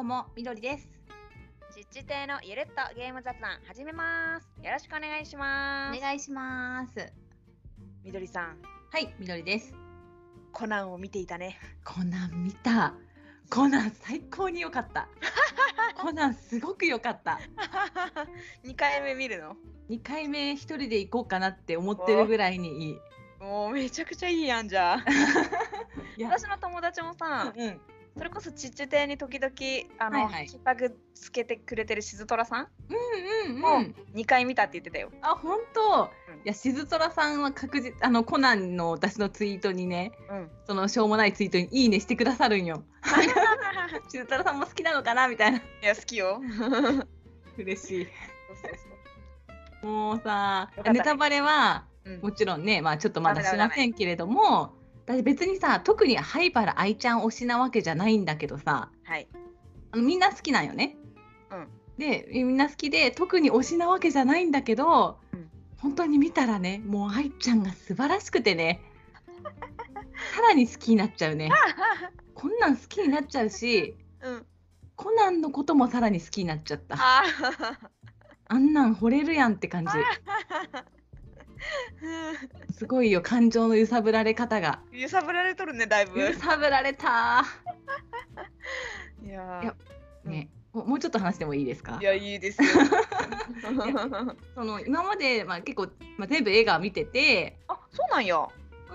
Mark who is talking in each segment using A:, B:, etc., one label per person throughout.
A: うもみどりです。
B: 実地亭のゆるっとゲーム雑談始めます。よろしくお願いし
A: お
B: ます。
A: 願いします。
B: みどりさん、
A: はい、みどりです。
B: コナンを見ていた ね。
A: コナン見た。コナン最高に良か った。コナンすごく良かった。
B: 2回目見るの
A: 2回目一人で行こうかなって思ってるぐらいにいい。
B: もうめちゃくちゃいいやんじゃあ。
A: いや、
B: 私の友達もさ、
A: うん、
B: それこそちっち亭に時々あの、
A: はいはい
B: ハッシュタグつけてくれてるしずとらさん
A: うん、うん、う
B: も
A: ん。
B: 2回見たって言って たよ。
A: あ、本当
B: うん。
A: いや、しずとらさんは確実、あのコナンの私のツイートにね、
B: うん。
A: そのしょうもないツイートにいいねしてくださるんよ。しずとらさんも好きなのかなみたいな。
B: いや好きよ。
A: 嬉しい。
B: そうそうそう
A: もうさ
B: よ、かったね
A: ネタバレは
B: うん
A: もちろんね、まあちょっとまだ
B: ダ
A: し
B: メダメ
A: ませんけれども、だって別にさ、特に灰原愛ちゃん推しなわけじゃないんだけどさ、
B: はい。
A: あのみんな好きなんよね。
B: うん
A: で、みんな好きで、特に推しなわけじゃないんだけど、
B: うん
A: 本当に見たらね、もう愛ちゃんが素晴らしくてね、さらに好きになっちゃうね。こんなん好きになっちゃうし、
B: うん。
A: コナンのこともさらに好きになっちゃった。
B: あ
A: あんなん惚れるやんって感じ。
B: あ。
A: すごいよ、感情の揺さぶられ方が。
B: 揺さぶられとるねだいぶ
A: 揺さぶられた
B: いや
A: いやー。ね、ももうちょっと話してもいいですか
B: い。やいいです よ
A: その今まで、まあ、結構、まあ、全部映画見てて、
B: あそうなんや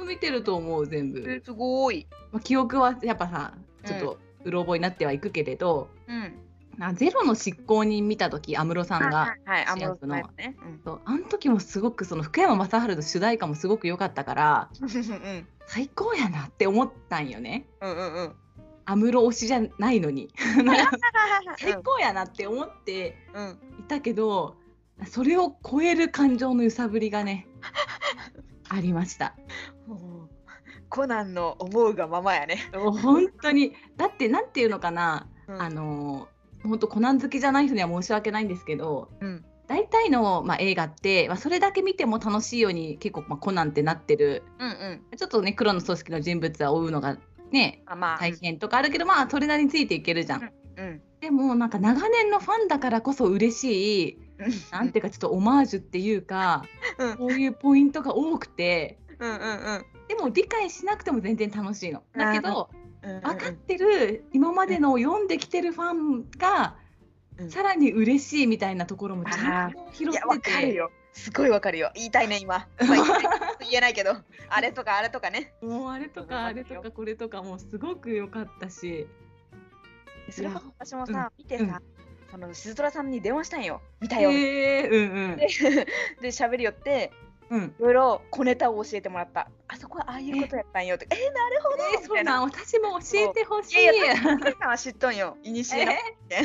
A: 見てると思う、全部。
B: すごい
A: まあ、記憶はやっぱさ、ちょっとうろ覚えになってはいくけれど。
B: うん
A: なゼロの執行人見た時、安室さんが。
B: はい安
A: 主
B: 室
A: 役
B: さんの
A: の
B: やつねうん
A: そうあの時もすごくその福山雅治の主題歌もすごく良かったから
B: うん
A: 最高やなって思ったんよね
B: うんうんうん
A: 安室推しじゃないのに 最
B: うん
A: 高やなって思って
B: うん
A: いたけどそれを超える感情の揺さぶり がねありました
B: うんコナンの思うがままやね
A: 本当にだってなんていうのかな、
B: うん
A: あの本当コナン好きじゃない人には申し訳ないんですけど
B: うん
A: 大体の、まあ、映画って、まあ、それだけ見ても楽しいように結構、まあ、コナンってなってる
B: うんうん
A: ちょっとね黒の組織の人物は追うのがね
B: あまあ
A: 大変とかあるけど、まあそれなりについていけるじゃん、
B: うん
A: でもなんか長年のファンだからこそ嬉しいなんていうかちょっとオマージュっていうか、
B: うん
A: こういうポイントが多くて
B: うんうんうん
A: でも理解しなくても全然楽しいの。だけど
B: うん
A: 分かってる今までのを読んできてるファンが
B: うん
A: さらに嬉しいみたいなところもちゃんと拾
B: い
A: っ
B: やわ
A: て
B: かる
A: て
B: よすごいわかるよ言いたいね今まあ言いたい言えないけどあれとかあれとかね
A: もうあれとか
B: わか
A: あ
B: る
A: れ
B: よ
A: とかこれとかもすごく良かったし
B: それこそ私もさ、見て
A: うん
B: さ、そのしずとらさんに電話したんよ。見たよ。
A: へえうんうん
B: でで、喋り寄って、
A: うん。
B: いろいろ小ネタを教えてもらった。あそこはああいうことやったんよって。えー、なるほど
A: えー、
B: み
A: そ
B: た
A: う
B: いな。
A: なん私も教えてほしい。
B: いやいや、みどりさんは知っとんよ。いにしえの。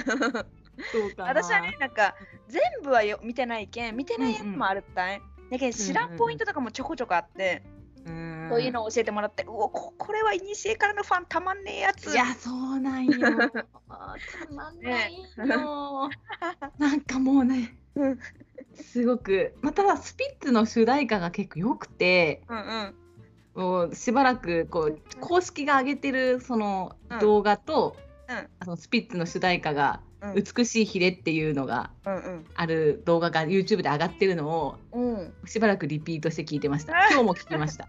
A: そうかな
B: 私はね、なんか、全部はよ見てないけん、見てないやつもあるったん。だけど知らんポイントとかもちょこちょこあって、
A: うん
B: そういうのを教えてもらって、うおここれはいにしえからのファンたまんねえやつ。
A: いやそうなんよ。あーたまんないよ。なんかもうね
B: うん、
A: すごく、まあ、ただスピッツの主題歌が結構良くて
B: うんうん
A: もうしばらくこう公式が上げてるその
B: うん
A: 動画と、
B: うん
A: そのスピッツの主題歌が
B: う
A: 「
B: ん
A: 美しいヒレ」っていうのが
B: うん
A: ある動画が YouTube で上がってるのを
B: うん。うん。
A: しばらくリピートして聞いてました
B: あ
A: 今日も聞き ました。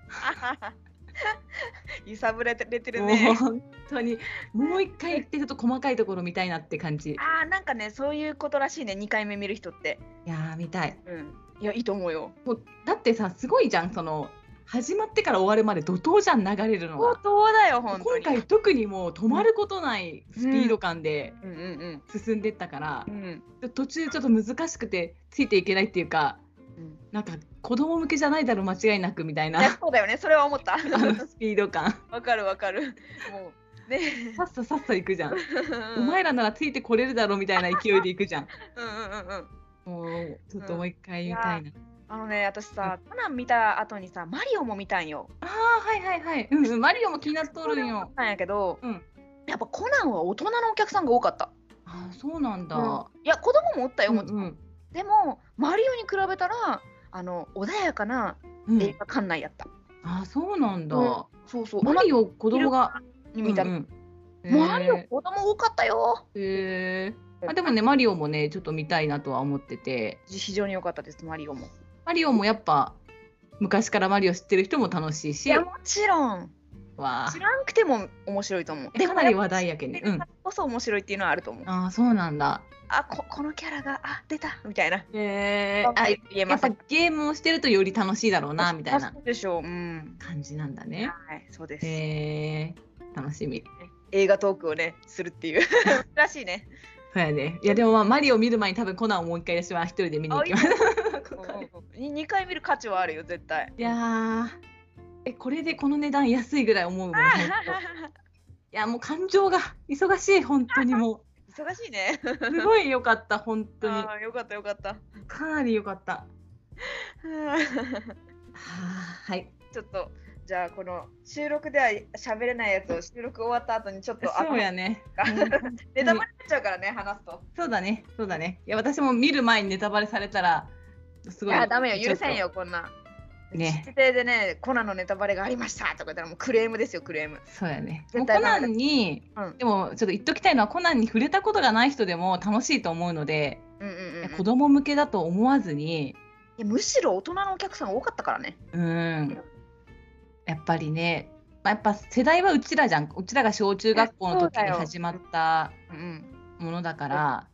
B: 揺さぶられてる
A: もう
B: ね。
A: 本当にもう一回言ってちょっと細かいところ見たいなって感じ。い
B: ああ、なんかね、そういうことらしいね、2回目見る人って。
A: やー見たい。
B: うん。いや、いいと思うよ。
A: もうだってさすごいじゃんその始まってから終わるまで怒涛じゃん流れるの
B: 本
A: が。
B: 当だよ、本当
A: 今
B: に。
A: 回特にもう止まることないスピード感で
B: うんうん
A: 進んでったから
B: うん。う、ん。
A: 途中ちょっと難しくてついていけないっていうか
B: うん
A: なんか子供向けじゃないだろ間違いなくみたい
B: いや
A: な
B: そうだよね、それは思った。
A: あのスピード感
B: わかるわかる。もう。ね。
A: さっささっさ行くじゃん、 お前らならついてこれるだろみたいな勢いで行くじゃ ん
B: うんうんうんうん。
A: もうちょっともう一回見たいな、
B: あのね、私さ、コナン見た後にさ、マリオも見たんよ。
A: ああはいはいはい、うんうん、マリオも気になっとるんよ
B: なんやけど、
A: うん
B: やっぱコナンは大人のお客さんが多かった。
A: ああそうなんだ、
B: いや、子供もおったよ、
A: うん
B: も
A: う
B: ちろん
A: ん
B: でも、マリオに比べたら、あの穏やかな
A: うん
B: 映画館内やった。
A: あそうなんだ、
B: うんそうそう、
A: マリオ子供が、
B: に見た
A: うんうん
B: マリオ子供多かったよ。
A: へえまあ、でもねマリオもねちょっと見たいなとは思ってて
B: 非常に良かったです、マリオも。
A: マリオもやっぱ昔からマリオ知ってる人も楽しい
B: い
A: し
B: や、もちろん。
A: わあ
B: 知らんくても面白いと思う。
A: かなり話題やけんね
B: で
A: う
B: だ
A: ん
B: からこそ面白いっていうのはあると思う。
A: あーそうなんだ
B: あ、ここのキャラが、あ、出たみたいな。
A: へえ
B: あ、言え
A: や
B: ま
A: っ
B: せ
A: ぱ
B: ん。
A: ゲームをしてるとより楽しいだろうなみた
B: そ
A: いな
B: うでしょう。うん。
A: 感じなんだね
B: はい、そうです。
A: へえ楽しみ
B: 映画トークをね、するって いう。らしいね。
A: そうやねいやでもまあマリオ見る前に多分コナンをもう一回私は一人で見に行 きます
B: あいい
A: ここで
B: 2回見る価値はあるよ、絶対。
A: いやーえこれでこの値段安いぐらい思うもん本当いやもう感情が忙しい本当にも
B: 忙しいね。
A: うすごい良かった本当に
B: ああ、よかったよかった。
A: かなり良かったはあはい
B: ちょっと、じゃあ、この収録では喋れないやつを収録終わった後にちょっと、
A: そうやね
B: あ
A: うん
B: ネタバレになっちゃうからね、話すと。
A: そうだねそうだねいや私も見る前にネタバレされたらす
B: い
A: ごい
B: や、ダメよ、許せんよ、こんな。
A: ね
B: 指定でね、コナンのネタバレがありましたとか言ったらもうクレームですよ、クレーム。
A: そうやね。も
B: 絶
A: うコ
B: 対ダ
A: ナ
B: メだ
A: ンに、
B: うん
A: でもちょっと言っときたいのはコナンに触れたことがない人でも楽しいと思うので、
B: うんうんうんうん、
A: 子供向けだと思わずに、
B: いやむしろ大人のお客さん多かったからね。
A: うん、やっぱりね、まあ、やっぱ世代はうちらじゃん。うちらが小中学校の時
B: えそうだ
A: に
B: よ
A: 始まった
B: うん、
A: ものだから、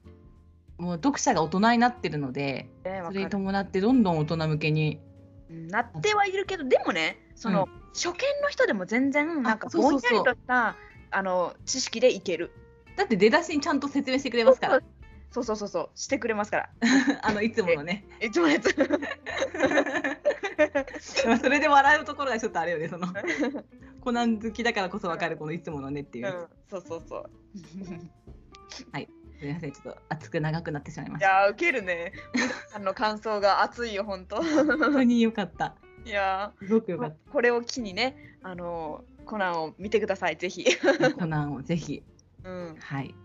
A: もう読者が大人になってるので、
B: ね
A: そ
B: わ
A: れ
B: か
A: に
B: る
A: 伴ってどんどん大人向けに、
B: うんなってはいるけど、でもね、その、初見の人でも全然、なんか
A: そうそ
B: ぼ
A: うんそ
B: や
A: う
B: りとしたあの知識でいける。
A: だって出だしにちゃんと説明してくれますから、
B: そうそうそうそう、してくれますから。
A: あのいつものね。
B: いつものやつ。
A: まあそれで笑うところがちょっとあれよねそのコナン好きだからこそわかるこのいつものねって
B: うん
A: いう、、
B: そうそうそう。
A: すみませんちょっと熱く長くなってしまいま
B: い
A: した
B: やー、ウケるね。あの感想が熱いよ、本当。
A: 本当に良かった
B: いや
A: すごく良か
B: ー
A: っ、
B: これを機にね、あのコナンを見てください、ぜひ。
A: たコナンをぜひ
B: うん、
A: はい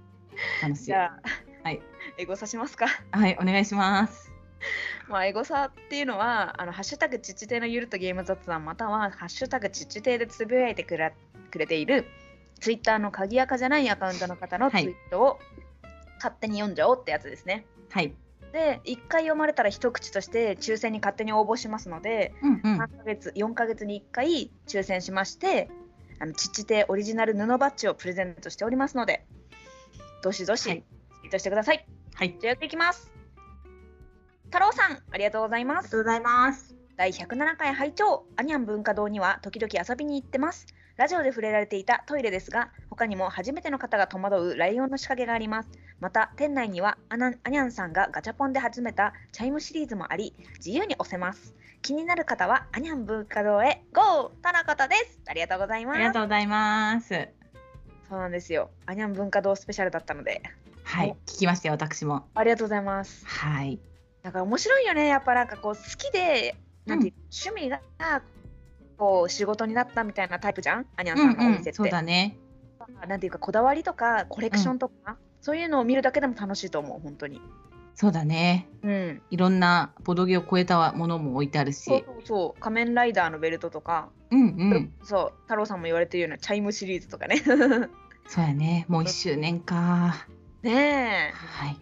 A: 楽しい
B: じゃあ、
A: はい、
B: エゴさしますか。
A: はいお願いします
B: まあ、エゴサっていうのは、あのハッシュタグちっちていのゆるとゲーム雑談、またはハッシュタグちっちていでつぶやいてくれくれている、ツイッターの鍵アカじゃないアカウントの方のツ
A: は
B: イ
A: い
B: ートを勝手に読んじゃおうってやつですね。
A: はい
B: で、1回読まれたら一口として抽選に勝手に応募しますので、
A: うんう
B: 3
A: ん
B: ヶ月、4ヶ月に1回抽選しまして、あのちっちていオリジナル布バッジをプレゼントしておりますので、どしどしツ
A: はい
B: イートしてください。
A: はい
B: じゃあやっていきます。太郎さん、ありがとうございま
A: とう
B: す。
A: ございます
B: 第107回拝聴アニャン文化堂には時々遊びに行ってます。ラジオで触れられていたトイレですが、他にも初めての方が戸惑うライオンの仕掛けがあります。また、店内にはアナンアニャンさんがガチャポンで始めたチャイムシリーズもあり、自由に押せます。気になる方は、アニャン文化堂へ GO! とのことです。ありがとうございま
A: ありが
B: す。
A: とうございます
B: そうなんですよ。アニャン文化堂スペシャルだったので、
A: はい聞きましたよ私も
B: ありがとうございます。
A: はい
B: だから面白いよねやっぱなんかこう好きでなんていう趣味がこう仕事になったみたいなタイプじゃんアニャン
A: う
B: さ
A: ん
B: んのお
A: うん
B: 店って、
A: そうだね
B: なんていうかこだわりとかコレクションとか、そういうのを見るだけでも楽しいと思う本当に
A: そうだね
B: うん
A: いろんなボドゲを超えたものも置いてあるし
B: そうそうそう仮面ライダーのベルトとか、
A: うんうん
B: そう太郎さんも言われてるようなチャイムシリーズとか ね
A: そうやねもう1周年か
B: ねえ
A: はい。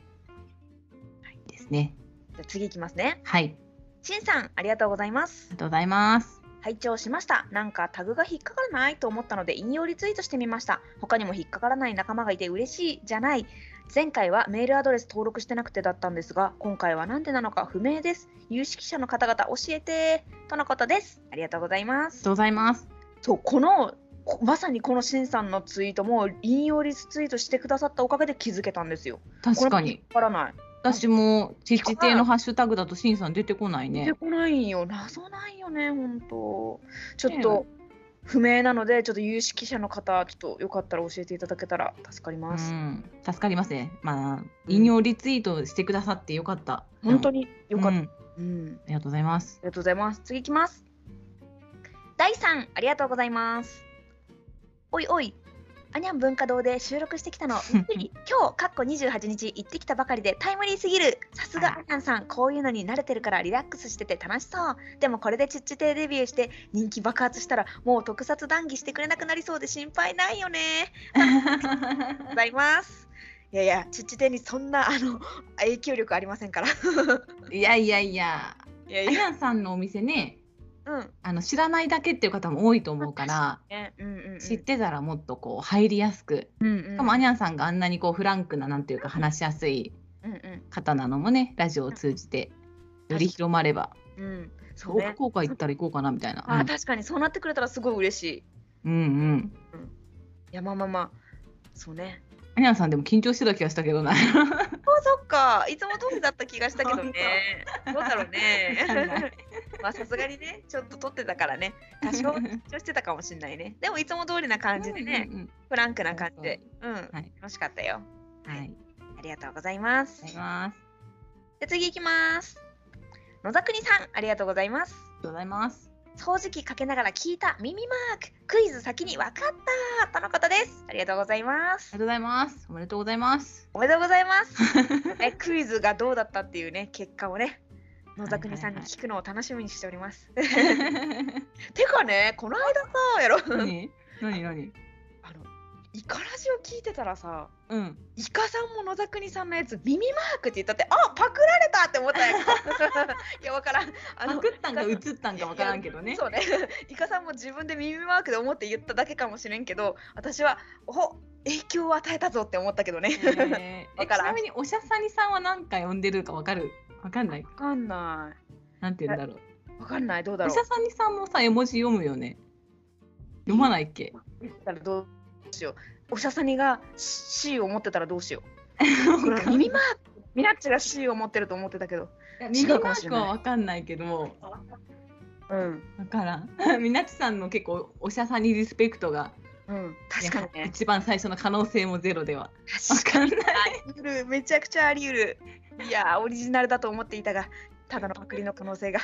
A: ですね。
B: じゃあ次いきますね
A: はい。
B: しんさんありがとうございます
A: ありがとうございます。
B: 拝聴しましたなんかタグが引っかからないと思ったので引用リツイートしてみました他にも引っかからない仲間がいて嬉しいじゃない前回はメールアドレス登録してなくてだったんですが今回は何でなのか不明です有識者の方々教えてとのことですありがとうございま
A: ありが
B: す
A: とうございます。
B: そうこのこまさにこのしんさんのツイートも引用リツイートしてくださったおかげで気づけたんですよ
A: 確
B: これ
A: かに。
B: も引っ張らない
A: 私も、ちち亭のハッシュタグだと、しんさん出てこない
B: 出
A: ね
B: て。こないよ謎ないよね本当ちょっ
A: ね
B: と不明なのでちょっと有識者の方ちょっとよかったら教えていただけたら助かり
A: う
B: ます、
A: ん。助かりますね。まあ、引用リツイートしてくださってよかった。
B: 本当
A: に
B: によかった、
A: あ
B: うん、
A: りがとうございます
B: あ。りがとうございます。次いきます。第3、ありがとうございます。おいおい、アニャン文化堂で収録してき たのびっくり今日かっこ28日行ってきたばかりでタイムリーすぎるさすがアニャンさんこういうのに慣れてるからリラックスしてて楽しそうでもこれでちっち亭デビューして人気爆発したらもう特撮談義してくれなくなりそうで心配ないよねございますいやいやちっち亭にそんなあの影響力ありませんから
A: いやいやいや、
B: いや
A: あやんさんのお店ね、
B: うん
A: あの知らないだけっていう方も多いと思うから、
B: ねうんうんうん
A: 知ってたらもっとこう入りやすく、
B: うんうん
A: しかもあにゃんさんがあんなにこうフランクななんていうか話しやすい
B: うんうん
A: 方なのもね、ラジオを通じてより広まれば、
B: うん、そうね
A: 福。岡行ったら行こうかなみたいな。
B: あー確かにそうなってくれたらすごい嬉しい。い
A: うんうん。
B: やまあまあまあ、そうね。
A: あにゃんさんでも緊張してた気がしたけどな。
B: あそっか、いつも通りだった気がしたけどね。 どうだろう
A: わかんな
B: ね
A: い。
B: まあさすがにね、ちょっと撮ってたからね、多少緊張してたかもしれないね。でもいつも通りな感じでね、
A: うんうん
B: フランクな感じで、うん、
A: はい
B: 楽しかったよ。
A: うん。はい。あり
B: ありがとうございます。
A: がとうござい
B: じゃ
A: ます。
B: あ次行きます。野田国さん、ありがとうございます。
A: ありがとうございます。
B: 掃除機かけながら聞いた耳マーククイズ先に分かったとのことですありがとうございま
A: あ
B: す
A: りがとうございます。おめでとうございます。
B: おめでとうございますえクイズがどうだったっていうね結果をね野田国さんに聞くのを楽しみにしております、てかねこの間さやろ
A: 何？何何？
B: あのイカラジを聞いてたらさ
A: うん。
B: イカさんも野田国さんのやつ耳マークって言ったってあパクられたって思ったんやけどいやわからんあ
A: パ
B: の
A: クったんか映ったんかわからんけどね。
B: そうね イカさんも自分で耳マークで思って言っただけかもしれんけど私はお影響を与えたぞって思ったけどね
A: えーえ
B: わからん
A: ちなみにおしゃさにさんは何回呼んでるかわかるわかんない
B: わかんな
A: なんて言うんだろう
B: いわかんないどうだ
A: お
B: ろ
A: しゃさにさんもさ絵文字読むよね読まないっけ
B: うだからどうしようおしゃさにが C を持ってたらどうしよう
A: わかんない
B: 耳マークミラッチが C を持ってると思ってたけど
A: 耳
B: 違
A: マ
B: うかもし
A: ー
B: れ
A: ク
B: ない
A: はわかんないけど
B: うん
A: わからん みなちさんの結構おしゃさにリスペクトが
B: うん確かに
A: いや
B: ね
A: 一番最初の可能性もゼロではわ
B: 確か
A: かんない
B: にあり得るめちゃくちゃあり得るいやーオリジナルだと思っていたがただのパクリの可能性が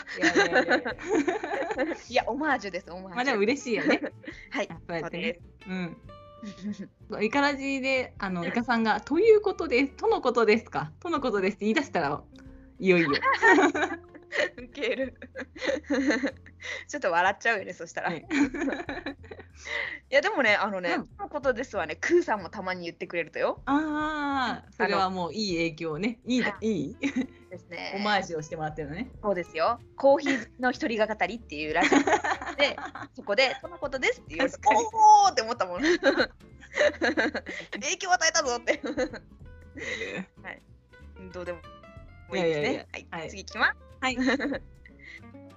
B: いやオマージュですオマージュ
A: まあでも嬉しい よね
B: はい
A: そうやってねうん
B: そうです
A: イカラジであのイカさんが「ということです」「とのことですか」「とのことです」って言い出したらいよ いよ
B: ウケる ちょっと笑っちゃうよねそしたら、 い
A: ね
B: やでもねあのね、
A: うん
B: そのことですわねクーさんもたまに言ってくれるとよ
A: ああ、それはもういい影響をね、いい
B: は、
A: いい、
B: ですね
A: オマージュをしてもらってるのね。
B: そうですよコーヒーの一人が語りっていう ラジオでそこでそのことですって言うと
A: 確かに
B: おーって思った もん影響を与えたぞって どうでもいいですね
A: いやいやいや
B: は、
A: はいい
B: 次行きます
A: はい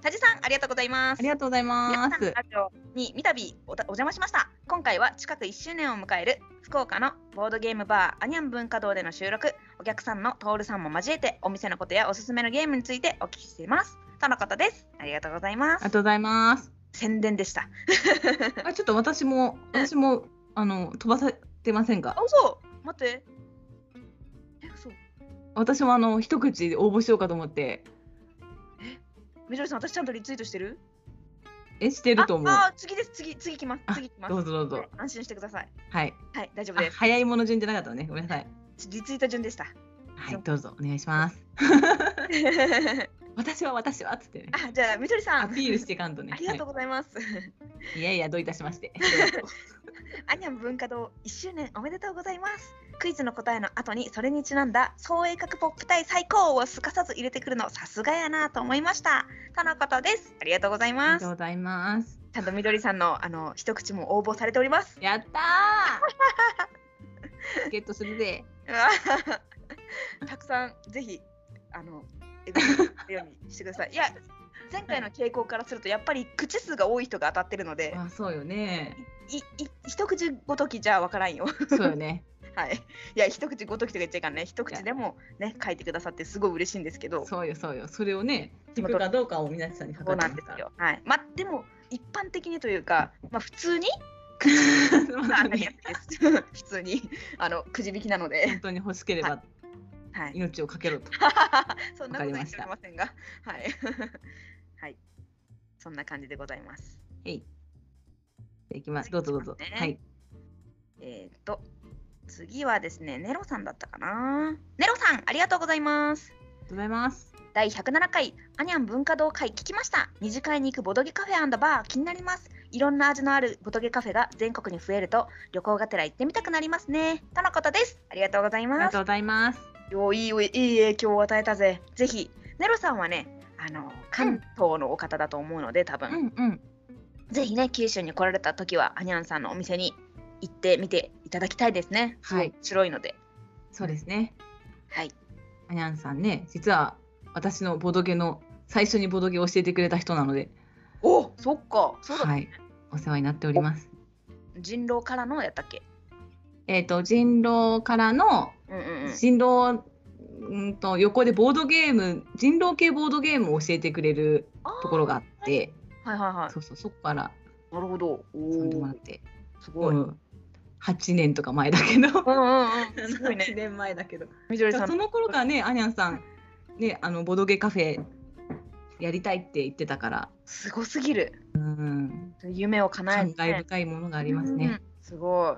B: タジさんありがとうございます
A: ありがとうござい
B: 皆
A: ま
B: さんの
A: す。
B: ラジオに三度おたお邪魔しました今回は近く1周年を迎える福岡のボードゲームバーアニャン文化堂での収録お客さんのトールさんも交えてお店のことやおすすめのゲームについてお聞きしていますとのことですありがとうございま
A: ありが
B: す
A: とうございます。
B: 宣伝でした
A: あ、ちょっと私も、私も、あの、飛ばされてません
B: あ
A: か。
B: そう待ってえそう
A: 私も、あの、一口で応募しようかと思って、
B: みどりさん私ちゃんとリツイートしてる
A: え、してると思う。
B: ああ次です次次来ます
A: あ
B: 次来ます
A: どうぞどうぞ。
B: 安心してください
A: はい。
B: はい大丈夫
A: あ
B: です
A: 早いもの順じゃなかったのね、ごめんなさい。
B: リツイート順でした
A: は
B: そう
A: い、どうぞ、お願いします。私は、私はっつってね。
B: あじゃあみどりさ
A: ア
B: ん
A: ピールしていかんとね。
B: ありがとうございます、
A: はい。いやいや、どういたしまして。
B: アニャン文化堂1周年おめでとうございますクイズの答えの後にそれにちなんだ総鋭角ポップ対最高をすかさず入れてくるのさすがやなと思いましたとのことですありがとうござい
A: ありが
B: ま
A: と
B: す
A: うございます。
B: ちゃんとみどりさんのあの一口も応募されており ます
A: やったーゲットするぜ。
B: うわたくさんぜひあのえぐってるようにしてくださいいや前回の傾向からするとやっぱり口数が多い人が当たってるので
A: あ、そうよね。
B: いい一口ごときじゃわからんよ
A: そうよね。
B: はい、 いや一口ごときとか言っちゃいかんね一口でもね書いてくださってすごい嬉しいんですけどそ
A: そうよ、そうよ。それをね、
B: 地
A: 聞
B: 元
A: くかどうかを皆さんに
B: う
A: 測って
B: な
A: ま
B: ん
A: す
B: で
A: か
B: すよ、はい、まあでも一般的にというか、まあ、普通 に
A: ら。
B: 当
A: 本
B: た
A: 当
B: り
A: に
B: やすい です普通にあのくじ引きなの
A: 本
B: で、
A: 当に欲しければ
B: はい、
A: 命を懸けろと。
B: そんなこと言
A: わかりま
B: っ
A: してた
B: おりませんがはい はいそんな感じでございます
A: えい。いきます。どうぞどうぞ。
B: ね
A: はい。
B: ええーっと、次はですね、ネロさんだったかな。ネロさん、ありがとうございます。
A: りがとうございます。
B: 第107回アニャン文化堂会聞きました二次会に行くボドゲカフェバー気になりますいろんな味のあるボドゲカフェが全国に増えると旅行がてら行ってみたくなりますねとのことですありがとうござい
A: あり
B: ま
A: が
B: す
A: とうございます。
B: よいいよいい影響を与えたぜぜひネロさんはねあの関東のお方だと思うので多
A: う
B: 分、
A: んうん。
B: ぜひね九州に来られた時はアニャンさんのお店に行ってみていただきたいですね
A: はい
B: 面白いので
A: そうですね。
B: はい
A: あにゃんさんね、実は私のボドゲの最初にボドゲを教えてくれた人なので、
B: おそっかそうだ、
A: はい、お世話になっております。
B: 人狼からのやったっけ
A: えっ、と人狼からの
B: うんうんうん
A: 人狼、うんと横でボードゲーム、人狼系ボードゲームを教えてくれる
B: あー
A: ところがあって、
B: はいはいはい
A: そうそうそこから
B: なるほど。お
A: 遊んでも
B: お
A: らっ、て、
B: す
A: う
B: ごい。うん
A: ん、8年とか前だけど、
B: うんうん。すごい
A: 8
B: ね。
A: 年前だけど。
B: みどり
A: じゃ
B: さ
A: あそ
B: ん。
A: の頃からね、あにゃんさん、ね、あのボドゲカフェやりたいって言ってたから、
B: すごすぎる。
A: うん、
B: 夢を叶え
A: 感
B: て。
A: 慨深いものがあります
B: うんう
A: ね
B: ん。。すご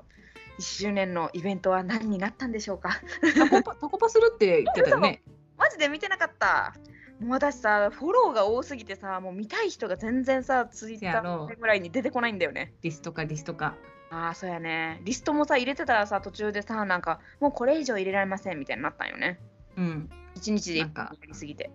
B: い。1周年のイベントは何になったんでしょうか。
A: タコパタコパするって言ってたよね。
B: マジで見てなかった。もう私さ、フォローが多すぎてさ、もう見たい人が全然さ、ツイッ
A: せ
B: タ
A: やろ
B: ーぐらいに出てこないんだよね。
A: リストかリストか。
B: ああ、そうやね。リストもさ、入れてたらさ、途中でさ、なんか、もうこれ以上入れられませんみたいになったんよね。
A: うん。
B: 1日で
A: な
B: や
A: んか
B: りすぎて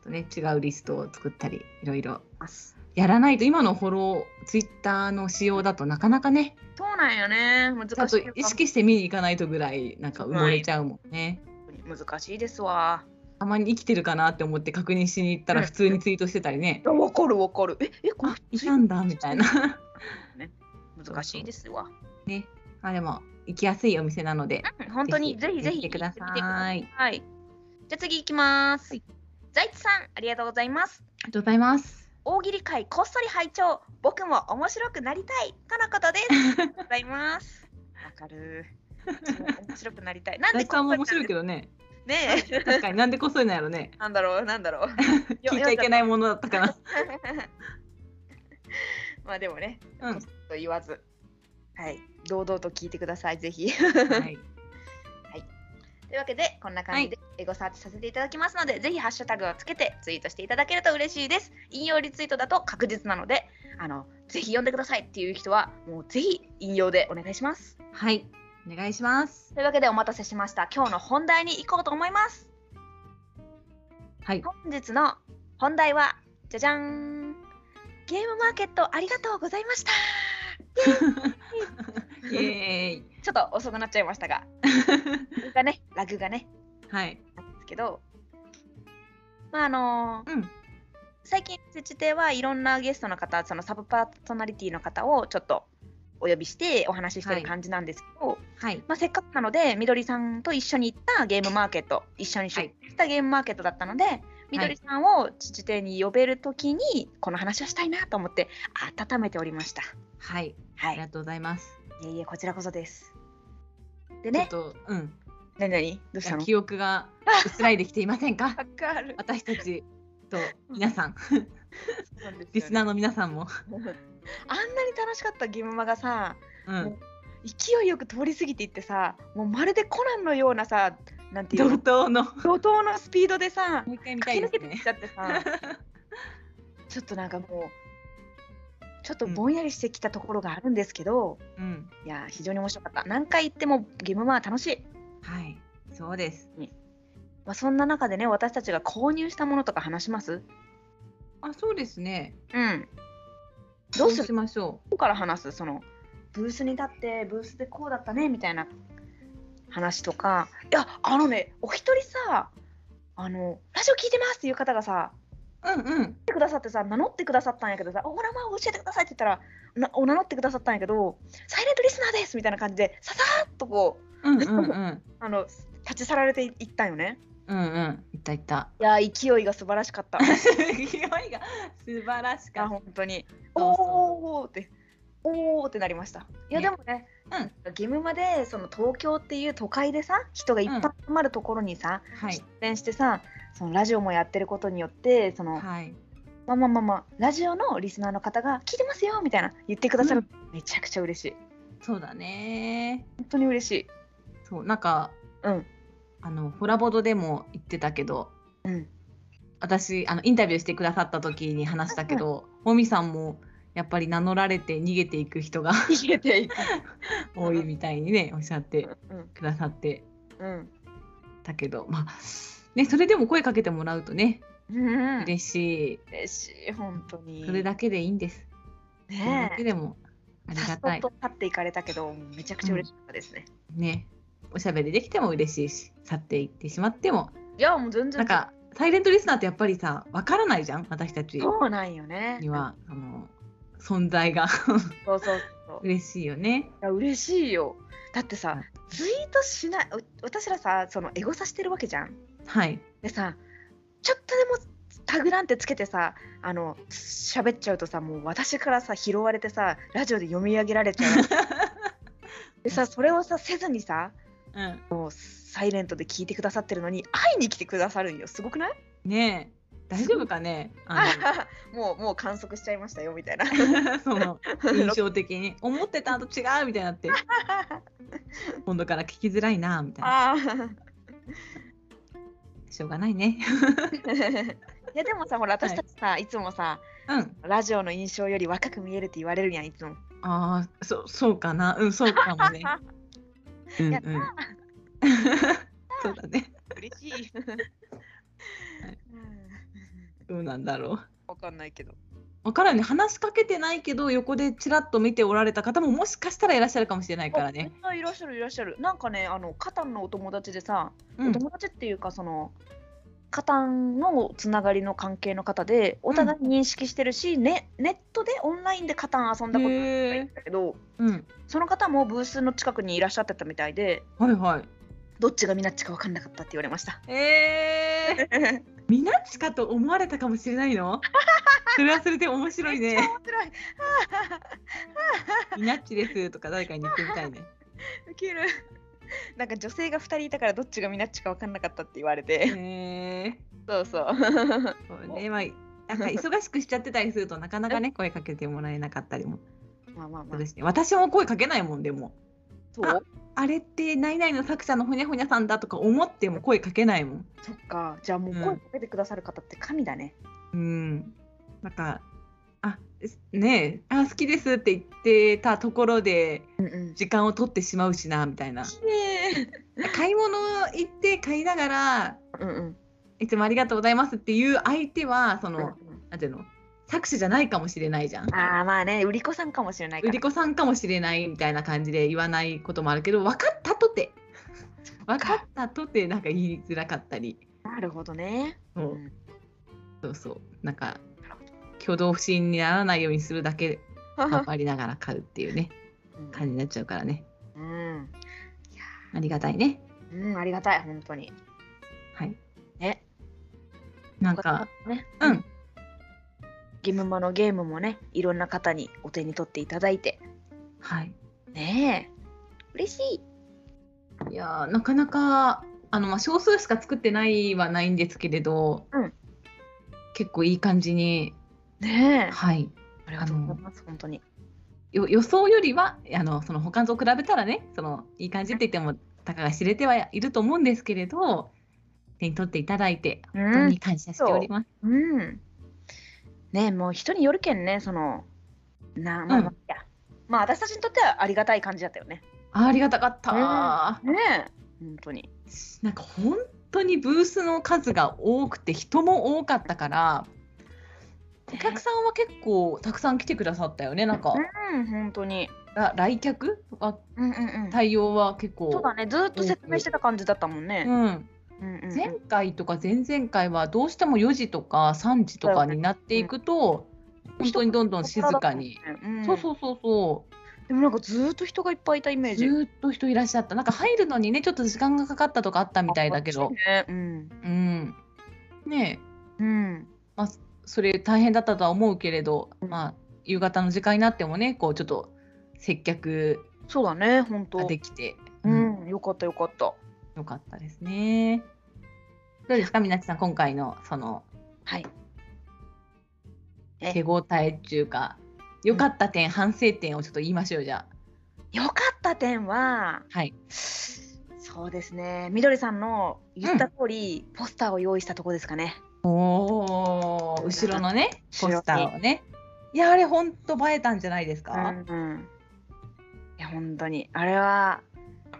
A: あとね違うリストを作ったりいろいろ
B: ます。
A: やらないと今のフォローツイッターの仕様だとなかなかね
B: そうなんよね。難しい
A: ちゃ
B: よ
A: んと意識して見に行かないとぐらいなんか埋もれちゃうもんね。
B: 難しいですわ。
A: たまに生きてるかなって思って確認しに行ったら普通にツイートしてたりね。
B: あわかるわかる。え、え、こ
A: あ
B: れ
A: いたんだみたいな。。
B: ね、難しいですわ。
A: あでも行きやすいお店なので
B: うん本当にぜひぜひ
A: 行ってくだ
B: 行ってみてくだ
A: さい。
B: さい。じゃあ次行きます。
A: はい
B: 財津さん、ありがとうございます。
A: ありがとうございます。
B: 大喜利会こっそり拝聴。僕も面白くなりたい。とのことです。あ りがとうございます。わかる。そう面白くなりたい。なん
A: 大
B: で
A: 地さんも面白いけ
B: ど。
A: どね。
B: ねえ。
A: 確かになんでこっそりなんやろね。
B: なんだろう、なんだろ う。。
A: 聞いちゃいけないいものだったかな。
B: まあでもね、
A: うん
B: こっそりと言わず。はい、堂々と聞いてください、ぜひ。
A: はい。
B: というわけでこんな感じでエゴサーチさせていただきますので、ぜひハッシュタグをつけてツイートしていただけると嬉しいです引用リツイートだと確実なのであのぜひ読んでくださいっていう人はもうぜひ引用でお願いします
A: はい。お願いします。
B: というわけでお待たせしました今日の本題に行こうと思います
A: はい。
B: 本日の本題はじゃじゃんゲームマーケットありがとうございました
A: イエーイ。
B: ちょっと遅くなっちゃいましたががねラグがね
A: はい。
B: なんですけどまああの
A: うん。
B: 最近「設置亭」はいろんなゲストの方そのサブパーソナリティの方をちょっとお呼びしてお話しして
A: は
B: る
A: い
B: 感じなんですけど、
A: はい。
B: まあ、せっかくなのでみどりさんと一緒に行ったゲームマーケット一緒に出店したゲームマーケットだったので、みどりさんを父亭に呼べる時にこの話をしたいなと思って温めておりました。
A: はい。
B: は
A: あ
B: い、
A: りがとうございます。
B: いえいえこちらこそです。で
A: ちょっ
B: ね、
A: と、うん。
B: 何何どうしたの
A: 記憶が薄らいできていませんか
B: わかる。
A: 私たちと皆さん、
B: そうなんですよね
A: リスナーの皆さんも。
B: あんなに楽しかったゲームマがさ、
A: うん。
B: 勢いよく通り過ぎていってさもうまるでコナンのようなさなんてい
A: 怒
B: うの
A: 涛の。
B: 怒涛のスピードでさ
A: もう一回見たい
B: 駆
A: で
B: け
A: す
B: 抜けていっ
A: ね。
B: ちゃってさ ちょっとなんかもうちょっとぼんやりしてきたところがあるんですけど、
A: うん。
B: いや非常に面白かった何回行ってもゲームマは楽しい、
A: はい。そうです。
B: まあ、そんな中でね私たちが購入したものとか話します
A: あ、そうですね。
B: うんどうす
A: し
B: る
A: ましょう。
B: こから話すそのブースに立ってブースでこうだったねみたいな話とかいやあのねお一人さあのラジオ聞いてますっていう方がさ
A: うんうん
B: 来。てくださってさ名乗ってくださったんやけどさ「お名前教えてください」って言ったらなお名乗ってくださったんやけど「サイレントリスナーです」みたいな感じでささーっとこう
A: うんうんうん。
B: あの立ち去られていったんよね
A: うんうん。いったい った。
B: いや勢いが素晴らしかった
A: 勢いが素晴らし
B: あ
A: かっ
B: 本当に
A: そうそう
B: おーっておーってなりましたいやで
A: ね
B: もねゲームまでその東京っていう都会でさ人がいっぱい集まるところにさ、
A: た。はい
B: 出。演してさそのラジオもやってることによってその、
A: はい。
B: まあまあまあまあラジオのリスナーの方が聞いてますよみたいな言ってくださる、めちゃくちゃ嬉しい
A: そうだね。
B: 本当に嬉しい。
A: そうなんか
B: うん。
A: あのホラボドでも言ってたけど、
B: うん。
A: 私あのインタビューしてくださった時に話した けど、もみさんもやっぱり名乗られて逃げていく人が
B: 逃げていく。
A: 多いみたいにねおっしゃって
B: うん。
A: くださって
B: うん。
A: たけど、まあねそれでも声かけてもらうとね
B: うん。
A: 嬉し
B: 嬉しい。本当
A: い。
B: に。
A: それだけでいいんです。それ
B: ね
A: だ
B: え
A: け。でもあり
B: さ
A: が
B: っそ
A: た
B: っ
A: い
B: と。立っていかれたけど、めちゃくちゃ嬉しかったですね。
A: ね。おしゃべりできても嬉しいし、去っていってしまっても、
B: いや、もう全然。
A: なんか、サイレントリスナーってやっぱりさ、わからないじゃん、私たち
B: そうなんよね。
A: には、あの、存在が
B: そうそうそう。
A: 嬉しいよね。
B: いや嬉しいよだってさツイートしないお私らさそのエゴさしてるわけじゃん
A: はい。
B: でさちょっとでもタグなんてつけてさあの喋っちゃうとさもう私からさ拾われてさラジオで読み上げられち ゃうでさそれをさせずにさ
A: うん。
B: サイレントで聞いてくださってるのに会いに来てくださるんよすごくない
A: ねえ、大丈夫かねあ
B: もうもう観測しちゃいましたよみたいな
A: のその、印象的に。思ってたのと違うみたいに なって、今度から聞きづらいな、みたいな。
B: ああ
A: しょうがないね。
B: いやでもさほら私たちさ、い、つもさ
A: うん。
B: ラジオの印象より若く見えるって言われるやんいつも
A: ああ、そ、そうかな。うん、そう かもね。うんう
B: や
A: ん
B: った。
A: そうだね。
B: 嬉しい
A: はい
B: うん
A: どうなんだろう。
B: わかんないけど
A: わからんね話しかけてないけど横でちらっと見ておられた方ももしかしたらいらっしゃるかもしれないからね。
B: あいらっしゃるいらっしゃるなんかねあのカタンのお友達でさ、
A: う
B: お
A: ん、
B: 友達っていうかそのカタンのつながりの関係の方でお互い認識してるし、ね、ネットでオンラインでカタン遊んだことないんだけど
A: うん、
B: その方もブースの近くにいらっしゃってたみたいで
A: はいはい。
B: どっちがミナッチか分かんなかったって言われました。
A: えー、
B: 面
A: みなっちかと思われたかもしれない の。それはそれで面白いね。
B: 白い。
A: みなっちですとか誰かに言ってみたいね。
B: ウケる。 なんか女性が2人いたからどっちがミナッチか分かんなかったって言われて。
A: え
B: そうそう。
A: ー、そうねまあなんか忙しくしちゃってたりするとなかなかね声かけてもらえなかったりも
B: まあまあ
A: す
B: まあ
A: る。し、私も声かけないもんでも
B: そう
A: あれって何々の作者のほにゃほにゃさんだとか思っても声かけないもん。
B: そっか。じゃあもう
A: うん
B: 声かけてくださる方って神だね。
A: うん、なんかあすねえあ好きですって言ってたところで
B: うんうん。
A: 時間を取ってしまうしなみたいな
B: ね
A: 買い物行って買いながら
B: うんうん。
A: いつもありがとうございますっていう相手はその、
B: うん
A: なんていうの作者じゃないかもしれないじゃん。
B: ああまあね、売り子さんかもしれないか
A: 売
B: ら。
A: り子さんかもしれないみたいな感じで言わないこともあるけど分かったとて分かったとてなんか言いづらかったり
B: なるほどね。
A: そううんそうそうなんか挙動不審にならないようにするだけ頑張りながら買うっていうね感じになっちゃうからね。
B: うん。
A: ありがたいね。
B: うん、ありがたい、本当に。
A: はい。
B: ね。
A: なんか、、
B: ね。
A: うん。
B: ゲムマのゲームもね、いろんな方にお手に取っていただいて。
A: はい。
B: ねえ。嬉しい。
A: いやーなかなかあのまあ少数しか作ってないはないんですけれど、
B: うん
A: 結構いい感じに、
B: ねえ。
A: はい。
B: ありがとうございます、本当に。
A: よ予想よりはあのその他のと比べたらね、そのいい感じって言ってもたかが知れてはいると思うんですけれど、手に取っていただいて
B: う
A: 本当
B: ん
A: に。感謝しております。
B: うん。ねえ、もう人によるけんね、その、なまあ、まあいやまあ、私たちにとってはありがたい感じだったよね。
A: あーありがたかったー、
B: ねえ、本当に。
A: なんか本当にブースの数が多くて人も多かったからお客さんは結構たくさん来てくださったよねなんか
B: うん、本当に。
A: ら来客は
B: うんうんうん。
A: 対応は結構
B: そうだね、ずーっと説明してた感じだったもんね。
A: うん、
B: うんうんうん
A: 前回とか前々回はどうしても4時とか3時とかになっていくと本当にどんどん静かに、。
B: うん、
A: そうそうそうそう
B: でもなんかずーっと人がいっぱいいたイメー
A: ず
B: ジ。
A: ーっと人いらっしゃったなんか入るのにねちょっと時間がかかったとかあったみたいだけど、
B: ね、うん。
A: うん、ねえ
B: うん。
A: それ大変だったとは思うけれど、
B: うん
A: まあ夕方の時間になってもねこうちょっと接客
B: そうだね、本
A: が
B: 当。
A: できて、
B: う
A: うん
B: ん、よかったよかった。
A: よかったですね。どうですかみなちさん今回のその
B: はい。え
A: 手応えっていうか良かった点、反省点をちょっと言いましょうじゃあ。
B: い良かった点は、
A: はい
B: そうですね、みどりさんの言った通り、ポスターを用意したとこですかね。
A: おお、後ろのね、
B: 後
A: ポ
B: ろに
A: スターをね。いや、あれ本当映えたんじゃないです
B: う
A: か。
B: んうん、いや本当にあれは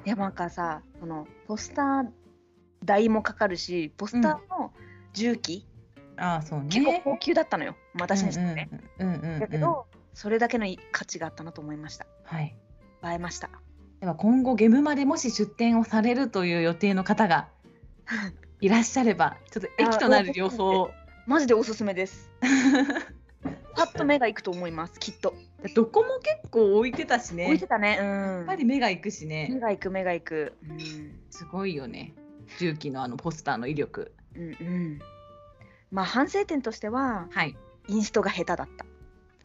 B: でもなんかさそのポスター代もかかるしポスターの重機、
A: ああ、そうね。
B: 結構高級だったのよ、私にしてはね、
A: うんうんうんうんうん
B: だけど、それだけの価値があったなと思いました
A: はい。
B: 映えました
A: では今後ゲムマでもし出店をされるという予定の方がいらっしゃれば、ちょっと駅となる両方を。
B: マジでおすすめですパッと目がいくと思いますきっと、
A: どこも結構置いてたしね。
B: 置いて
A: や
B: たねうん
A: っぱり目が行くしね
B: 目。がいく目がいく、うん、
A: すごいよね。重機のあのポスターの威力。
B: うんうんまあ反省点としては
A: はい。
B: インストが下手だった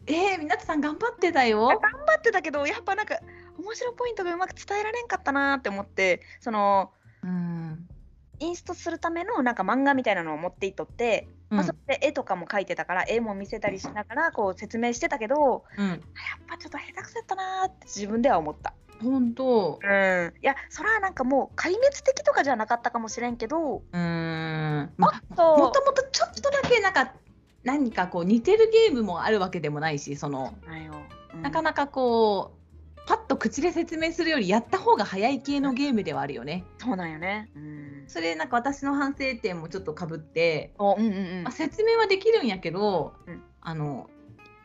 A: えー、みなさん頑張ってたよ。
B: 頑張ってたけどやっぱなんか面白いポイントがうまく伝えられんかったなーって思ってその
A: うん。
B: インストするためのなんか漫画みたいなのを持っていっとって、
A: うん
B: まあ、それで絵とかも描いてたから絵も見せたりしながらこう説明してたけど
A: うん。
B: やっぱちょっと下手くそやったなーって自分では思った
A: 本当。
B: うんいやそれはなんかもう壊滅的とかじゃなかったかもしれんけど
A: うーん。
B: も
A: ま
B: っ
A: あ、も
B: と
A: ともとちょっとだけなんか何かこう似てるゲームもあるわけでもないし、その
B: ないようん
A: なかなかこうパッと口で説明するよりやった方が早い系のゲームではあるよね。
B: そうなんよねうん
A: それなんか私の反省点もちょっとかぶって、
B: おうんうんうん
A: まあ、説明はできるんやけど、
B: うん
A: あの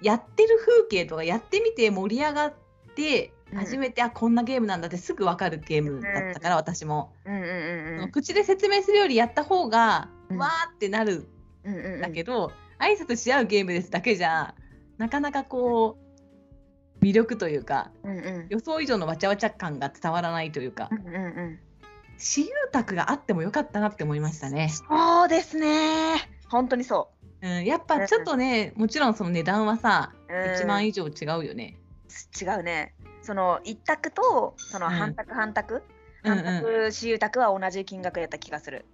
A: やってる風景とかやってみて盛り上がって
B: うん
A: 初めて、あこんなゲームなんだってすぐ分かるゲームだったから私も、
B: うんうんうんうん
A: 口で説明するよりやった方が、
B: うん
A: わーってなる
B: うんうんうん
A: だけど、挨拶し合うゲームですだけじゃなかなかこう魅力というか
B: うんうん
A: 予想以上のわちゃわちゃ感が伝わらないというか、
B: うんうんうん
A: 私有宅があってもよかったなって思いましたね、
B: そうですね。本当にそ
A: うん、やっぱちょっとね、もちろんその値段はさ、
B: う。うん
A: 1万以上違うよね。
B: 違うね。その一択とその
A: うん
B: 半択半択、
A: うんうん、
B: 半択私有宅は同じ金額やった気がする。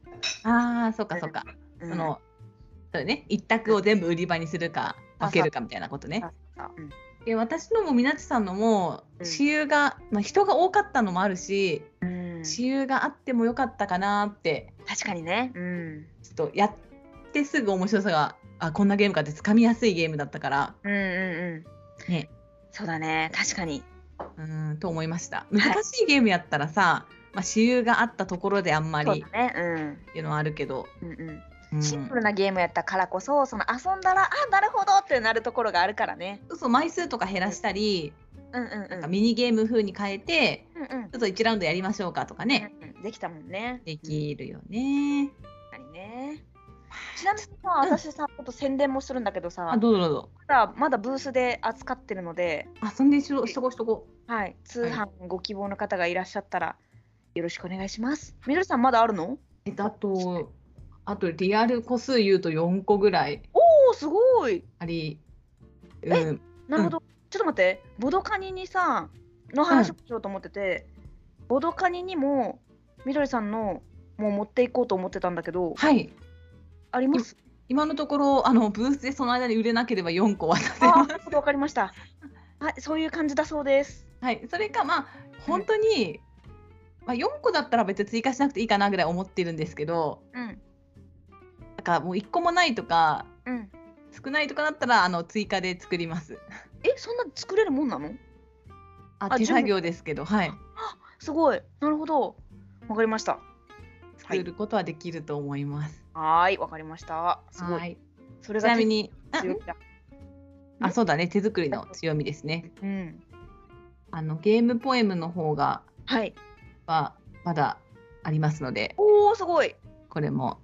A: ああそうかそうか、
B: うん
A: そのそうね一択を全部売り場にするか分けるかみたいなことね
B: あ。あうん
A: で私のもみなちさんのも
B: うん
A: 私有が、まあ、人が多かったのもあるし
B: うん
A: 私有があってもよかったかなって
B: 確かにね。うん
A: ちょっとやってすぐ面白さがあこんなゲームかって掴みやすいゲームだったから
B: うんうんうん。
A: ね
B: そうだね。確かに。
A: うーんと思いました難しいゲームやったらさ、まあ、私有があったところであんま
B: そう
A: りっ
B: だね。
A: ていうのはあるけど、
B: うんうんうん
A: うん
B: シンプルなゲームやったからこそその遊んだらあなるほどってなるところがあるからね。
A: そうそう枚数とか減らしたり、
B: うんうんうん。
A: なんかミニゲーム風に変えて
B: うんうん
A: ちょっと1ラウンドやりましょうかとかね、
B: うんうんできたもんね。
A: できるよね。
B: 確かにね。ちなみにさ、私さ、ちょっと宣伝もするんだけどさ、
A: あどうぞどうぞ
B: まだまだブースで扱ってるので、
A: あそんでしろしとこしとこ
B: はい、通販ご希望の方がいらっしゃったら、よろしくお願いします。みどりさん、まだあるの
A: えっとあとあとリアル個数言うと4個ぐらい
B: おお、すごい
A: あり、うん、
B: なるほど、ちょっと待って、ボドカニにさ、の話をしようと思ってて、ボドカニにも、みどりさんの、もう持っていこうと思ってたんだけど、
A: はい
B: あります
A: 今のところあのブースでその間に売れなければ4個渡せ
B: あ
A: ま
B: あ、ちょっとわかりました。はい、そういう感じだそうです。
A: す。はい、それかまあ本当に、まあ、4個だったら別に追加しなくていいかなぐらい思ってるんですけど
B: うん、
A: なんかもう1個もないとか
B: うん。
A: 少ないとかだったらあの追加で作ります。
B: え、そんな作れるもんなの
A: あ
B: あ準
A: 手
B: 備
A: 作業ですけど、はい、
B: すごい。なるほど。わかりました。は
A: 作
B: い
A: ることはできると思います。
B: はーい、わかりました。すご。
A: はいい、
B: それ
A: ち
B: が
A: なみにあ
B: 強みだ。
A: あそうだね手作りの強みですね。
B: うん。
A: あのゲームポエムの方が
B: はい。
A: はまだありますので
B: おお、すごい。
A: これも、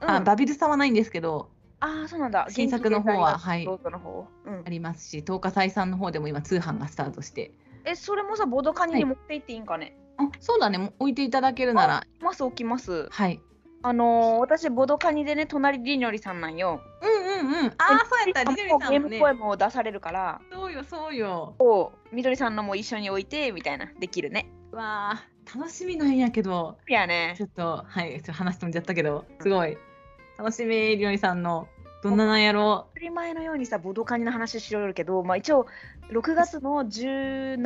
B: うん、
A: あバビルさんはないんですけど
B: あー、そうなんだ。
A: 新作の方
B: 元
A: は
B: 気でありがとうどうぞの方。うん
A: あ。りますし10日採算の方でも今通販がスタートして
B: え、それもさ、ボードカニに持って行っていいんかね。
A: あそうだねもう置いていただけるなら
B: ます置きます。
A: はい
B: あのー、私ボードカニでね、隣りにょりさんなんよ。
A: うんうんうんああそうやったりどりさん
B: ゲー
A: も
B: ム
A: ね
B: ポエムを出されるから、
A: そうよそうよ
B: こうみどりさんのも一緒に置いてみたいなできるね。
A: わあ楽しみなんやけど
B: いやね
A: ち。ょっとはいちょっと話飛んじゃったけどすごい楽しみりょうりさんのどんななんやろ
B: 当たり前のようにさ、ボドカニの話しよるけど、まあ、一応、6月の17、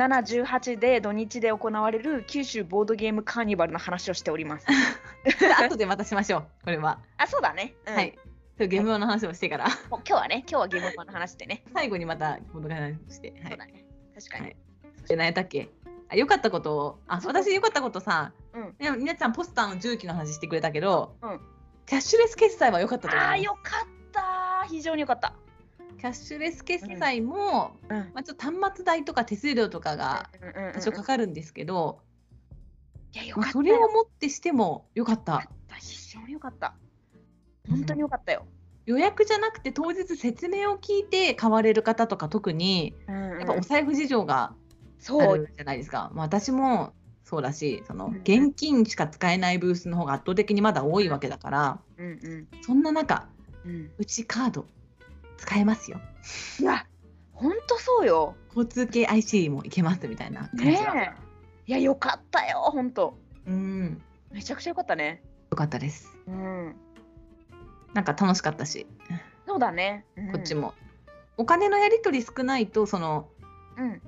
B: 18で土日で行われる九州ボードゲームカーニバルの話をしております。
A: 後でまたしましょうこれは、
B: あ、そうだね。うん
A: はいちょっとゲームの話をしてから
B: もう今日はね、今日はゲームパンの話でね。
A: 最後にまたこの話をしては
B: そう
A: い
B: だね。確かに。
A: はいで何やったっけあ良かったことをあ私良かったことさ
B: うん。
A: でもみなちゃんポスターの重機の話してくれたけど、
B: うん
A: キャッシュレス決済は良かったと思
B: ああ、
A: いま
B: よかったー。非常によかった。
A: すキャッシュレス決済も、
B: うん。
A: まあ、ちょっと端末代とか手数料とかが
B: うんうんうん
A: 多少かかるんですけど、
B: いや、よ
A: ま
B: か
A: あ、
B: った
A: そ
B: よ。
A: れをもってしても良かった
B: 非常によかった。本当によかったよ。
A: 予約じゃなくて当日説明を聞いて買われる方とか特に
B: や
A: やっぱお財布事情があ
B: そう
A: るじゃないですか、まあ、私もそうだしその
B: うん
A: 現金しか使えないブースの方が圧倒的にまだ多いわけだから
B: うん
A: そんな中
B: うんうん。
A: うちカード使えますよ
B: いや、本当そうよ。
A: 交通系 IC もいけますみたいな感じ
B: ね
A: が、
B: え。いや、よかったよ、本当。
A: うん
B: めちゃくちゃよかったね。
A: よかったです
B: うん。
A: なんか楽しかったし
B: そうだね。
A: こっち
B: も。
A: も、お金のやり取り少ないとその
B: うん。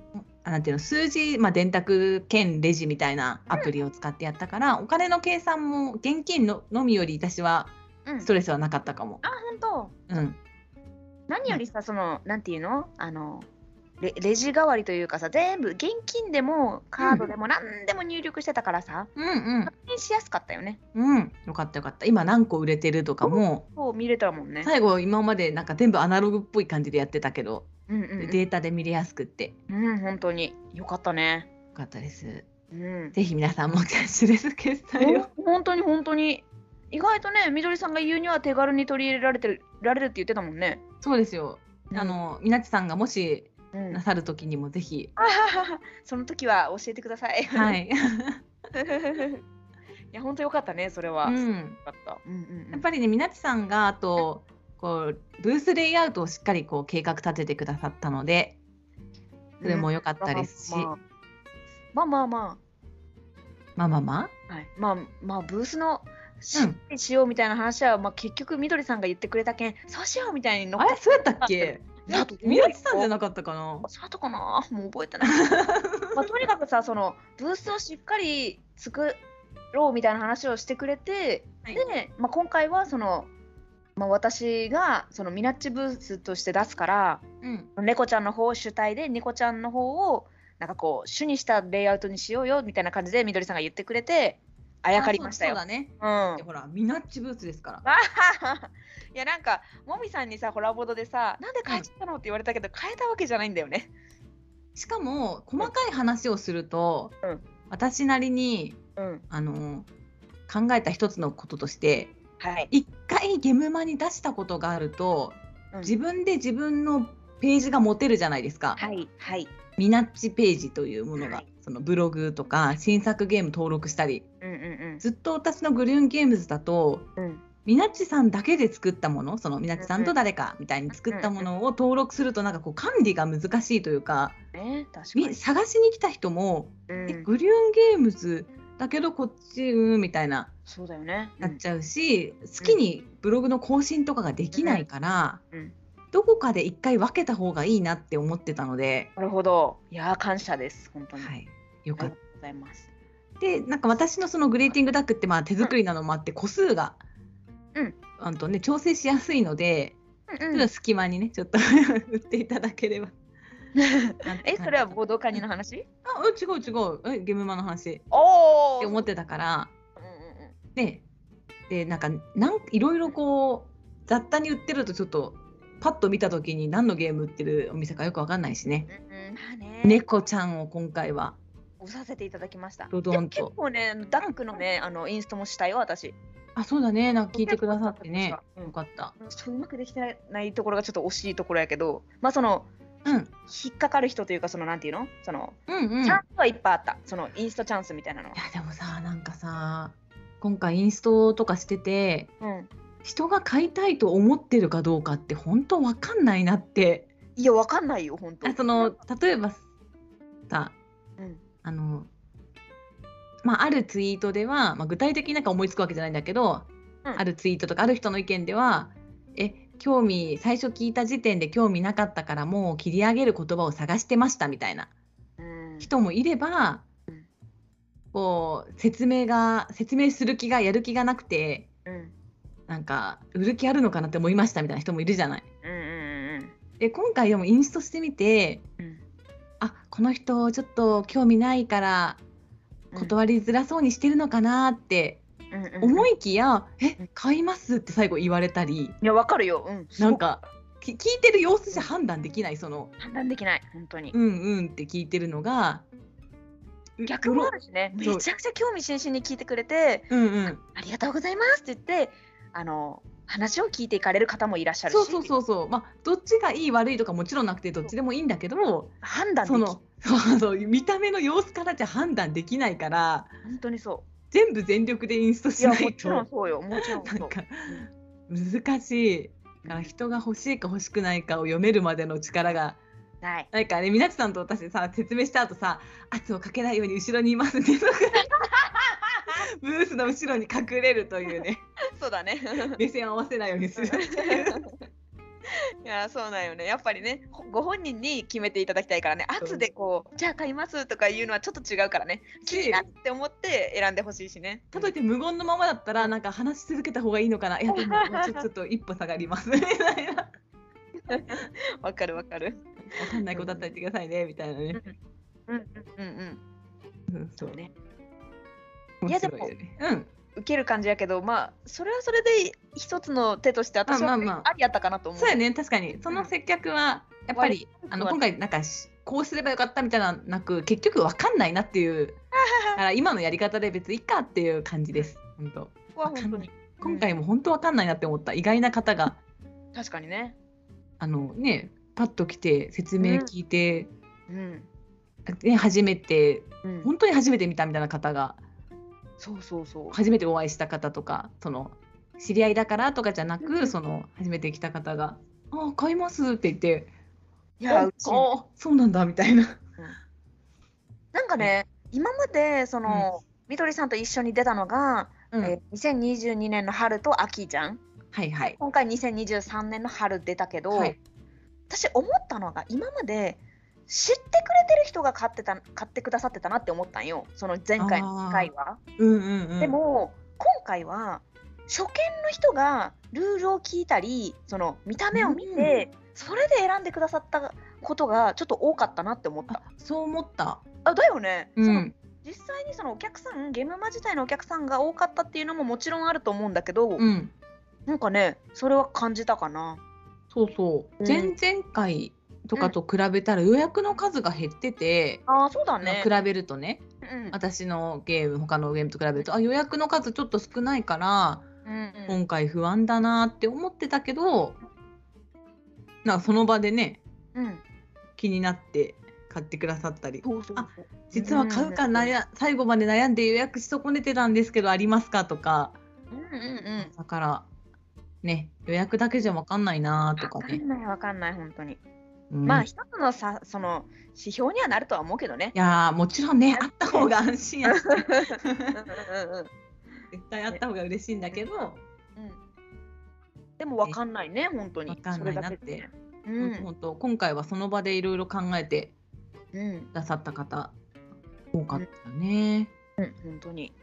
A: あなんていうの数字、まあ、電卓兼レジみたいなアプリを使ってやったから、お金の計算も現金ののみより私は
B: うん
A: ス。トレスはなかったかも。
B: あ、本当。
A: うん、
B: 何よりさ、その、なんていうの、あの。レレジ代わりというかさ全部現金でもカードでも何でも入力してたからさ、
A: うん、
B: 確認しやすかったよね。
A: うん、うん、よかったよかった。今何個売れてるとかも、
B: そう見れたもんね。
A: 最後今までなんか全部アナログっぽい感じでやってたけど、
B: うんうん
A: データで見れやすくってよ
B: うん、うん、本当によかったね。
A: かったです。
B: うん。
A: ぜひ皆さんもキャッシュレス決済を。
B: ほん本当に本当に意外とねみどりさんが言うには手軽に取り入れられてるられるって言ってたもんね。
A: そうですよ。あ、のみなちさんがもし
B: うん、
A: な
B: あ
A: さる時にもぜひ、
B: ははその時は教えてくださ い。。
A: はいい。
B: いや本当よかったねそれは。
A: う
B: よ
A: ん。
B: かった。うんうんうん、
A: やっぱりね、みなちさんがあとこうブースレイアウトをしっかりこう計画立ててくださったので、それも良かったですし、
B: うんまあまあま
A: まあまあま
B: あ、はい、まあまあブースのし
A: う
B: っ
A: ん
B: かりしようみたいな話は、まあ結局みどりさんが言ってくれたけんそうしようみたいに
A: あ、
B: の
A: あれそうやったっ け？
B: だと思うよ
A: みなちさんじゃなかったかな？
B: そうだったかなもう覚えてない。 まあ、とにかくさそのブースをしっかり作ろうみたいな話をしてくれて、
A: はい
B: で、まあ、今回はその、まあ、私がそのミナッチブースとして出すから
A: うん。
B: 猫ちゃんの方を主体で猫ちゃんの方をなんかこう主にしたレイアウトにしようよみたいな感じでみどりさんが言ってくれてあやかりましたよ。
A: あそうそうだね。
B: うん
A: ほら、ミナッチブーツですから。
B: あははいやなんかもみさんにさホラボードでさなんで変えちゃったのって言われたけど変えたわけじゃないんだよね。
A: しかも、細かい話をすると、
B: うん
A: 私なりに、
B: うん、
A: あの、考えた一つのこととして、
B: はい、
A: 一回ゲムマに出したことがあると、
B: うん
A: 自分で自分のページが持てるじゃないですか。
B: はいはい、
A: ミナッチページというものが、
B: はい
A: そのブログとか、新作ゲーム登録したり、
B: うんうんうん、
A: ずっと私のグリューンゲームズだと、
B: うん
A: ミナッチさんだけで作ったものそのミナッチさんと誰かみたいに作ったものを登録するとなんかこう管理が難しいというか
B: ね、確か
A: み
B: に。
A: 探しに来た人も、
B: う
A: え
B: ん、
A: グリューンゲームズだけどこっちうんみたいな
B: そうだよね。
A: なっちゃうし、好きにブログの更新とかができないから、
B: うんうん
A: どこかで一回分けた方がいいなって思ってたので、
B: なるほど。いやー、感謝です。本当に。
A: はい、よ
B: あ
A: か
B: りが
A: っ
B: とうございます。
A: た。でなんか私のそのグリーティングダックってまあ手作りなのもあって個数が、
B: うん
A: あんとね、調整しやすいので。
B: うん
A: ちょっ
B: う
A: と
B: ん、
A: 隙間にね、ちょっと 売っていただければ。
B: え、それはボードカニの話
A: あ、うん、違う違う、え、ゲームマの話って
B: おお
A: 思ってたから、
B: うんうん
A: で、で、なんか、なん、いろいろこう、雑多に売ってると、ちょっと。パッと見た時に、何のゲーム売ってるお店かよくわかんないしね。
B: うんうんうん、まあね、
A: 猫ちゃんを今回は。
B: 押させていただきました。
A: ドドンと
B: でも結構ね、ダックのね、あのインストもしたよ、私。
A: あ、そうだね、なんか聞いてくださってね。
B: うん。
A: よかった。
B: ちょっとうまくできてないところがちょっと惜しいところやけど、まあその
A: うん、
B: 引っかかる人というか、そのなんていうの、その、
A: うん、うん。い
B: チャ
A: や
B: ン、スはいっぱいあった。そのインストチャンスみたいなのは。
A: でもさ、なんかさ。今回インストとかしてて。
B: うん。
A: 人が買いたいと思ってるかどうかって本当わかんないなって
B: いや、わかんないよ、本当。
A: あその例えばさ
B: うん、
A: あの、まあ、あるツイートでは、まあ、具体的になんか思いつくわけじゃないんだけど、
B: うん
A: あるツイートとかある人の意見ではえ興味最初聞いた時点で興味なかったからもう切り上げる言葉を探してましたみたいな
B: うん
A: 人もいればこう説明が説明する気がやる気がなくて
B: うん
A: なんか売る気あるのかなって思いましたみたいな人もいるじゃない。
B: うんうん
A: で今回でもインストしてみて
B: うんうん
A: あこの人ちょっと興味ないから断りづらそうにしてるのかなって
B: うんうんうん
A: 思いきや「
B: うん
A: え買います」って最後言われたり
B: いやわかるよ、うん、す
A: な
B: ご
A: ん
B: く
A: かき聞いてる様子じゃ判断できないその
B: 判断できない本当
A: 「
B: に
A: うんうん」って聞いてるのがう
B: 逆もあるしねめ
A: そう
B: ちゃくちゃ興味津々に聞いてくれて
A: うんうん
B: ありがとうございますって言ってあの話を聞いていかれる方もいらっしゃるし
A: そうそうそうそうまあどっちがいい悪いとかもちろんなくてどっちでもいいんだけど
B: 判断で
A: そ
B: き
A: の そうそう見た目の様子からじゃ判断できないから
B: 本当にそ
A: 全部全力でインスト
B: うい
A: し
B: や
A: な
B: も
A: い
B: ちろん
A: と
B: そうよもちろんそ
A: な
B: うん
A: か難しい。だから人が欲しいか欲しくないかを読めるまでの力が
B: ない
A: なんかね、みなちさんと私さ、説明した後さ、圧をかけないように後ろにいますね とか、ブースの後ろに隠れるというね、
B: そうだね
A: 目線を合わせないようにするっていう。
B: いやそうだよねやっぱりねほご本人に決めていただきたいからね
A: そう
B: 圧でこうじゃあ買いますとか言うのはちょっと違うからね気になるって思って選んでほしいしね
A: かといって無言のままだったら、なんか話し続けた方がいいのかな、いや、でもまあちょちょっと一歩下がりますみたいな、わ
B: わかるわかる
A: かんないことあったら言ってくださいねみたいなね。
B: うんうんうんうん
A: うん、
B: そ
A: そ
B: う
A: う
B: ね
A: 面
B: いやで
A: 白
B: も
A: いよね。うん、
B: 受ける感じやけどまあそれはそれで一つの手として私
A: ま
B: は
A: あまあまあ
B: ありやったかなと思う。
A: そうやね、確かに、その接客は、やっぱり、あの今回、なんかし、こうすればよかったみたいなのなく、結局わかんないなっていう。だから今のやり方で別にいいかっていう感じです。本当。
B: ここは本当に
A: 今回も本当わかんないなって思った意外な方が
B: 確かにね。
A: あのねパッと来て説明聞いて、
B: うん。
A: ね初めて
B: うん、
A: 本当に初めて見たみたいな方が
B: そうそうそう。
A: 初めてお会いした方とかその知り合いだからとかじゃな
B: うんう
A: く
B: ん
A: その初めて来た方が「あ買います」って言って「
B: いや
A: あ
B: うち
A: あそうなんだ」みたいな。
B: なんかね今までその、みどりさんと一緒に出たのが、
A: うん
B: えー2022年の春と秋じゃん。
A: はいはい。
B: 今回2023年の春出たけど、
A: はい
B: 私思ったのが今まで知ってくれてる人が買ってた買ってくださってたなって思ったんよその前回の回は。
A: うんうんうん、
B: でも今回は初見の人がルールを聞いたりその見た目を見て、それで選んでくださったことがちょっと多かったなって思った
A: あ。そう思った。
B: あだよね、
A: う
B: その
A: ん、
B: 実際にそのお客さんゲームマ自体のお客さんが多かったっていうのももちろんあると思うんだけど、
A: うん、
B: なんかねそれは感じたかな。
A: そうそ
B: う
A: う、
B: ん
A: 前々回とかと比べたら予約の数が減ってて、
B: あーそうだ
A: まあ
B: ね。
A: 比べるとね
B: うん
A: 私のゲーム他のゲームと比べるとあ予約の数ちょっと少ないから
B: うんうん
A: 今回不安だなって思ってたけどなんかその場でね
B: うん、
A: 気になって買ってくださったり
B: そうそうそう
A: あ実は買うか悩最後まで悩んで予約し損ねてたんですけどありますかとか
B: うんうんうん。
A: だからね予約だけじゃ分かんないなと
B: わ
A: か
B: か
A: ね。
B: んないわかんない本当に。
A: うん
B: まあ一つのさその指標にはなるとは思うけどね
A: い。やーもちろんねあった方が安心 やし
B: うんうんうんうん
A: 絶対あった方が嬉しいんだけど、
B: うんでも分かんないね、本当に。
A: わかんないなって
B: それだけでね
A: 本当本当今回はその場でいろいろ考えて
B: うん、うん
A: くださった方多かったね。
B: うん、本当に。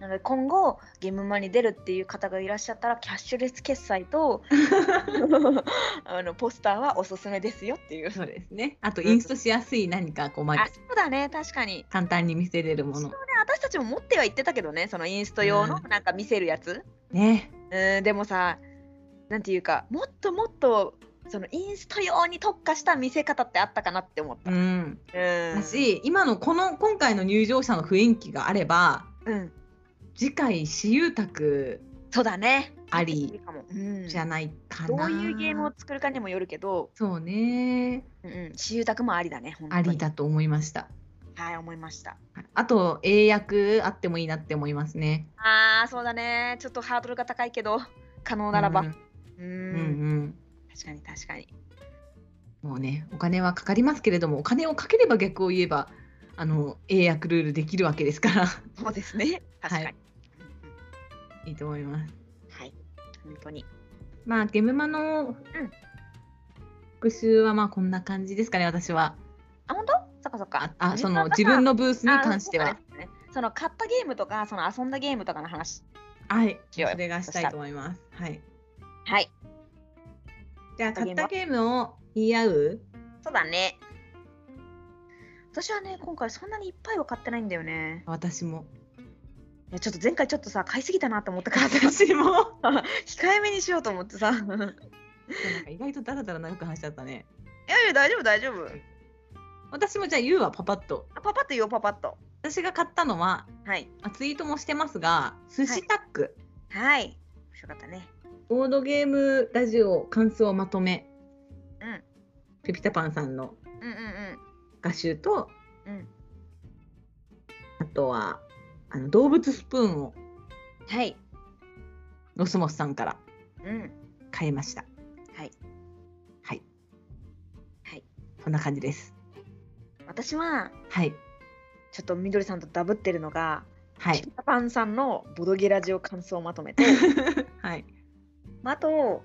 B: なので今後、ゲームマに出るっていう方がいらっしゃったら、キャッシュレス決済 とあのポスターはおすすめですよっていう。
A: そうですね。あとインストしやすい何かこうま
B: あ
A: あ
B: そうだね、確かに。
A: 簡単に見せれるもの
B: ね私たちも持っては言ってたけどね、そのインスト用の
A: う
B: なんか見せるやつ。
A: ね。
B: うん、でもさ、なんていうか、もっともっとそのインスト用に特化した見せ方ってあったかなって思った。
A: う
B: うん
A: ん。だ
B: う
A: し今のこの今回の入場者の雰囲気があれば
B: ん、
A: 次回私有宅
B: そうだね。
A: あり
B: かも、うん、
A: じゃないか
B: ど
A: な。
B: ういうゲームを作るかにもよるけど、
A: そうね。
B: うんうん、私有宅もありだね。本当
A: あ
B: に
A: りだと思いました。
B: はい、思いました。
A: あと英訳あってもいいなって思いますね。
B: ああ、そうだね。ちょっとハードルが高いけど、可能ならば。
A: う
B: うんん、
A: うんうん。
B: 確かに確かに。
A: もうね、お金はかかりますけれども、お金をかければ逆を言えば、あの英訳ルールできるわけですから、
B: そうですね。確かに。
A: いいと思います。
B: はい、はい、本当に。
A: まあゲムマの
B: うん
A: 復習はまあこんな感じですかね私は。
B: あ、本当？そっかそっ
A: あ
B: か。
A: あその自分
B: の
A: のブースに関しては。
B: そうですねその買ったゲームとかその遊んだゲームとかの話。
A: はい
B: しようよ
A: それがしたいと思います。はい。
B: はい。
A: じゃあ買
B: 買
A: っ
B: ったた
A: ゲームを言い合う
B: そうだね。私はね今回そんなにいっぱいは買ってないんだよね。
A: 私も。
B: いやちょっと前回ちょっとさ買いすぎたなと思ったからさ
A: 私も。な
B: 控えめにしようと思ってさ。い
A: んか意外とダラダラ長く話しちゃったね。
B: やいや大丈夫大丈夫。
A: 私もじゃあ言うわパパッと。
B: あパパッと言おうパパッと。
A: 私が買ったのは、
B: はい
A: あ、ツイートもしてますが寿司タック、
B: はい。面白かったね。
A: ボードゲームラジオ感想まとめ
B: うん
A: ピピタパンさんの
B: うん
A: 画集と
B: うんうんうん。
A: あとはあの動物スプーンを
B: はい。
A: ロスモスさんから
B: うん。
A: 買いました。
B: はい。
A: はい。
B: はい。
A: そんな感じです。
B: 私は
A: はい。
B: ちょっとみどりさんとダブってるのが、
A: はい。
B: ピタパンさんのボドゲラジオ感想をまと めて、
A: はい。
B: まあ、あと、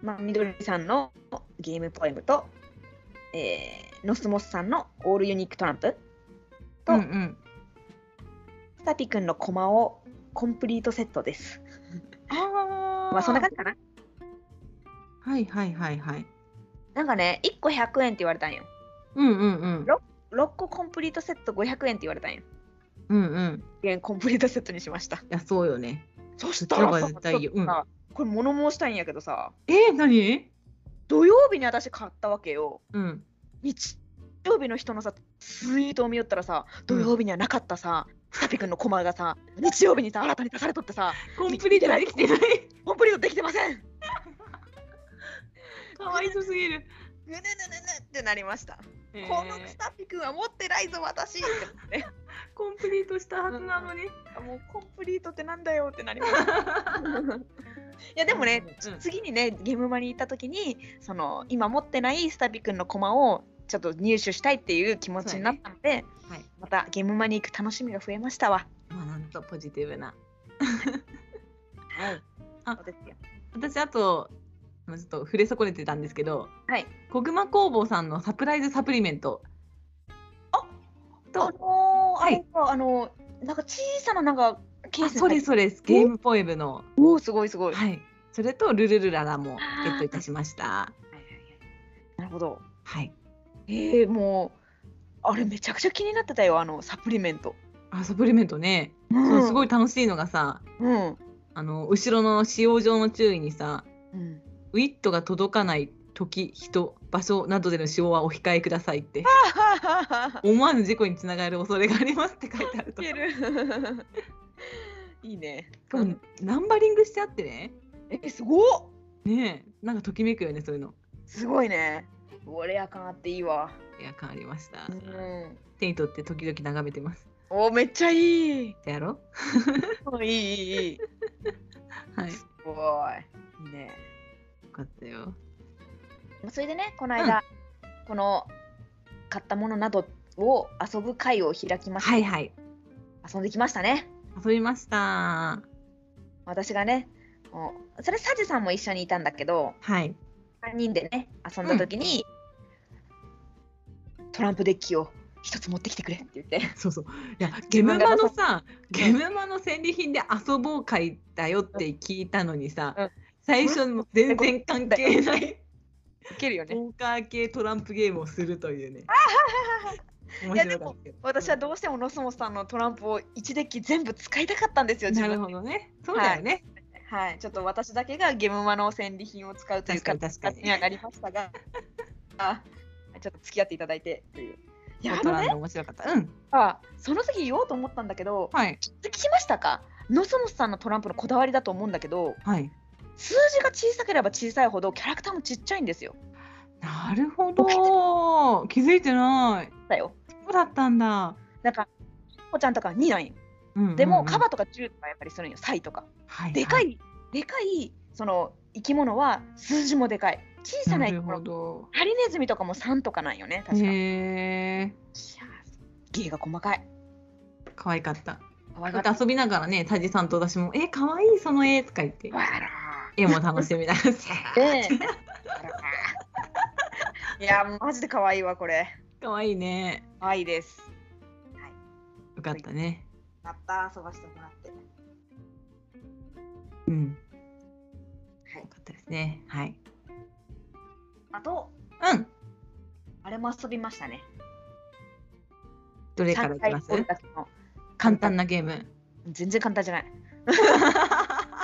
B: まあ、みどりさんのゲームポエムと、えーノスモスさんのオールユニークトランプ、
A: う
B: と
A: んうん。
B: スタピ君のコマをコンプリートセットです。
A: あ
B: まあそんな感じかな。
A: じ。はいはいはいはい。
B: なんかね、1個100円って言われたんよ。
A: うんうんうん。
B: 6個コンプリートセット500円って言われたんよ。
A: うんうん。
B: 円コンプリートセットにしました。
A: いや、そうよね。
B: そし
A: そっちの方が絶対いいようん
B: さこれ物申したいんやけどさ、
A: えー、何
B: 土曜日に私買ったわけよ。
A: うん。
B: 日曜日の人のさツイートを見よったらさ土曜日にはなかったさ、スタピ君のコマがさ日曜日にさ新たに出されとってさ
A: コンプリートができてない。
B: コンプリートできてません
A: かわいそうすぎる。
B: ぬぬぬぬぬってなりました、
A: えー
B: このスタピ君は持ってないぞ私って思っ
A: コンプリートしたはずなのに。
B: てもうコンプリートってなんだよって なりましたいやでもね、
A: うんうん
B: 次にねゲームマに行った時にその今持ってないスタピ君のコマをちょっと入手したいっていう気持ちになったので、
A: はい。
B: またゲームマに行く楽しみが増えましたわ
A: まあ、なんとポジティブな。
B: はい
A: あ
B: そうですよ
A: 私、あと、あのちょっと触れ損ねてたんですけど、
B: はい
A: 小熊工房さんのサプライズサプリメント。
B: あのー
A: はい
B: あれかあのーなんか小さななんかケー
A: あ
B: スに
A: そうですそうですゲームポエムの
B: おおすごいすごい、
A: はいそれとルルルララもゲットいたしました
B: なるほど
A: はい
B: えー、もうあれめちゃくちゃ気になってたよあのサプリメント、
A: あサプリメントね、
B: うん
A: そうすごい楽しいのがさ
B: うん
A: あの後ろの使用上の注意にさ
B: うん、
A: ウィットが届かない時人場所などでの使用はお控えくださいって思わぬ事故につながる恐れがありますって書いてあ ると
B: いけるいいね
A: うんナンバリングしてあってね
B: えすごっ
A: ねえなんかときめくよねそういうの
B: すごいね俺やかんあっていいわ
A: いや変わりました、
B: うん
A: 手に取って時々眺めてます
B: おめっちゃいい
A: でやろ
B: いいいいいいう
A: はいよ
B: すごいいいね
A: かったよ
B: まあそれでねこの間、この買ったものなどを遊ぶ会を開きまして、
A: はいはい
B: 遊んできましたね
A: 遊びました
B: 私がねもうそれサジさんも一緒にいたんだけど
A: はい。
B: 3人でね遊んだ時に、トランプデッキを一つ持ってきてくれって言って
A: そうそう。いや、ゲムマのさ、ゲムマの戦利品で遊ぼう会だよって聞いたのにさ、
B: うん
A: 最初の全然関係ない
B: いけるよ
A: ポーカー系トランプゲームをするというね。面白かったけど。
B: 私はどうしてもノスモスさんのトランプを1デッキ全部使いたかったんですよ自
A: な
B: 分
A: るほどね。そうだよね。
B: はい、ちょっと私だけがゲムマの戦利品を使うという
A: 確かに確かに
B: 形にはなりましたがあちょっと付き合っていただいてといういやあ
A: ト
B: のね
A: ランプ面白かった。うん。
B: あその次言おうと思ったんだけど
A: はい。
B: 聞きましたかノスモスさんのトランプのこだわりだと思うんだけど
A: はい。
B: 数字が小さければ小さいほどキャラクターもちっちゃいんですよ
A: なるほど。気づいてない。
B: だよ
A: そうだったんだ。
B: なんかこちゃんとか2なんよ
A: うんうんうん
B: でもカバとか10とかやっぱりするんよサイとか
A: はい
B: でか
A: はい
B: でかいその生き物は数字もでかい小
A: い。
B: さな
A: な
B: 生き
A: るほ
B: 物
A: ど。
B: ハリネズミとかも3とかなんよね確かいや
A: へえ。
B: 芸が細かい
A: 可愛かった。
B: 可愛
A: だ
B: か
A: っ
B: ってた
A: 遊びながらね、タジさんと私も、え、可愛いその絵とか言って。
B: わら
A: 絵も楽しみながら。
B: ええいやマジで可愛いわこれ
A: 可愛いね。
B: 可愛いですはい
A: よかったね。
B: また遊ばせてもらって
A: うん。
B: はい
A: よかったですね。はい。
B: あと
A: うん。
B: あれも遊びましたね
A: どれからいきます
B: 三回追いかけの
A: 簡単なゲーム。
B: 全然簡単じゃない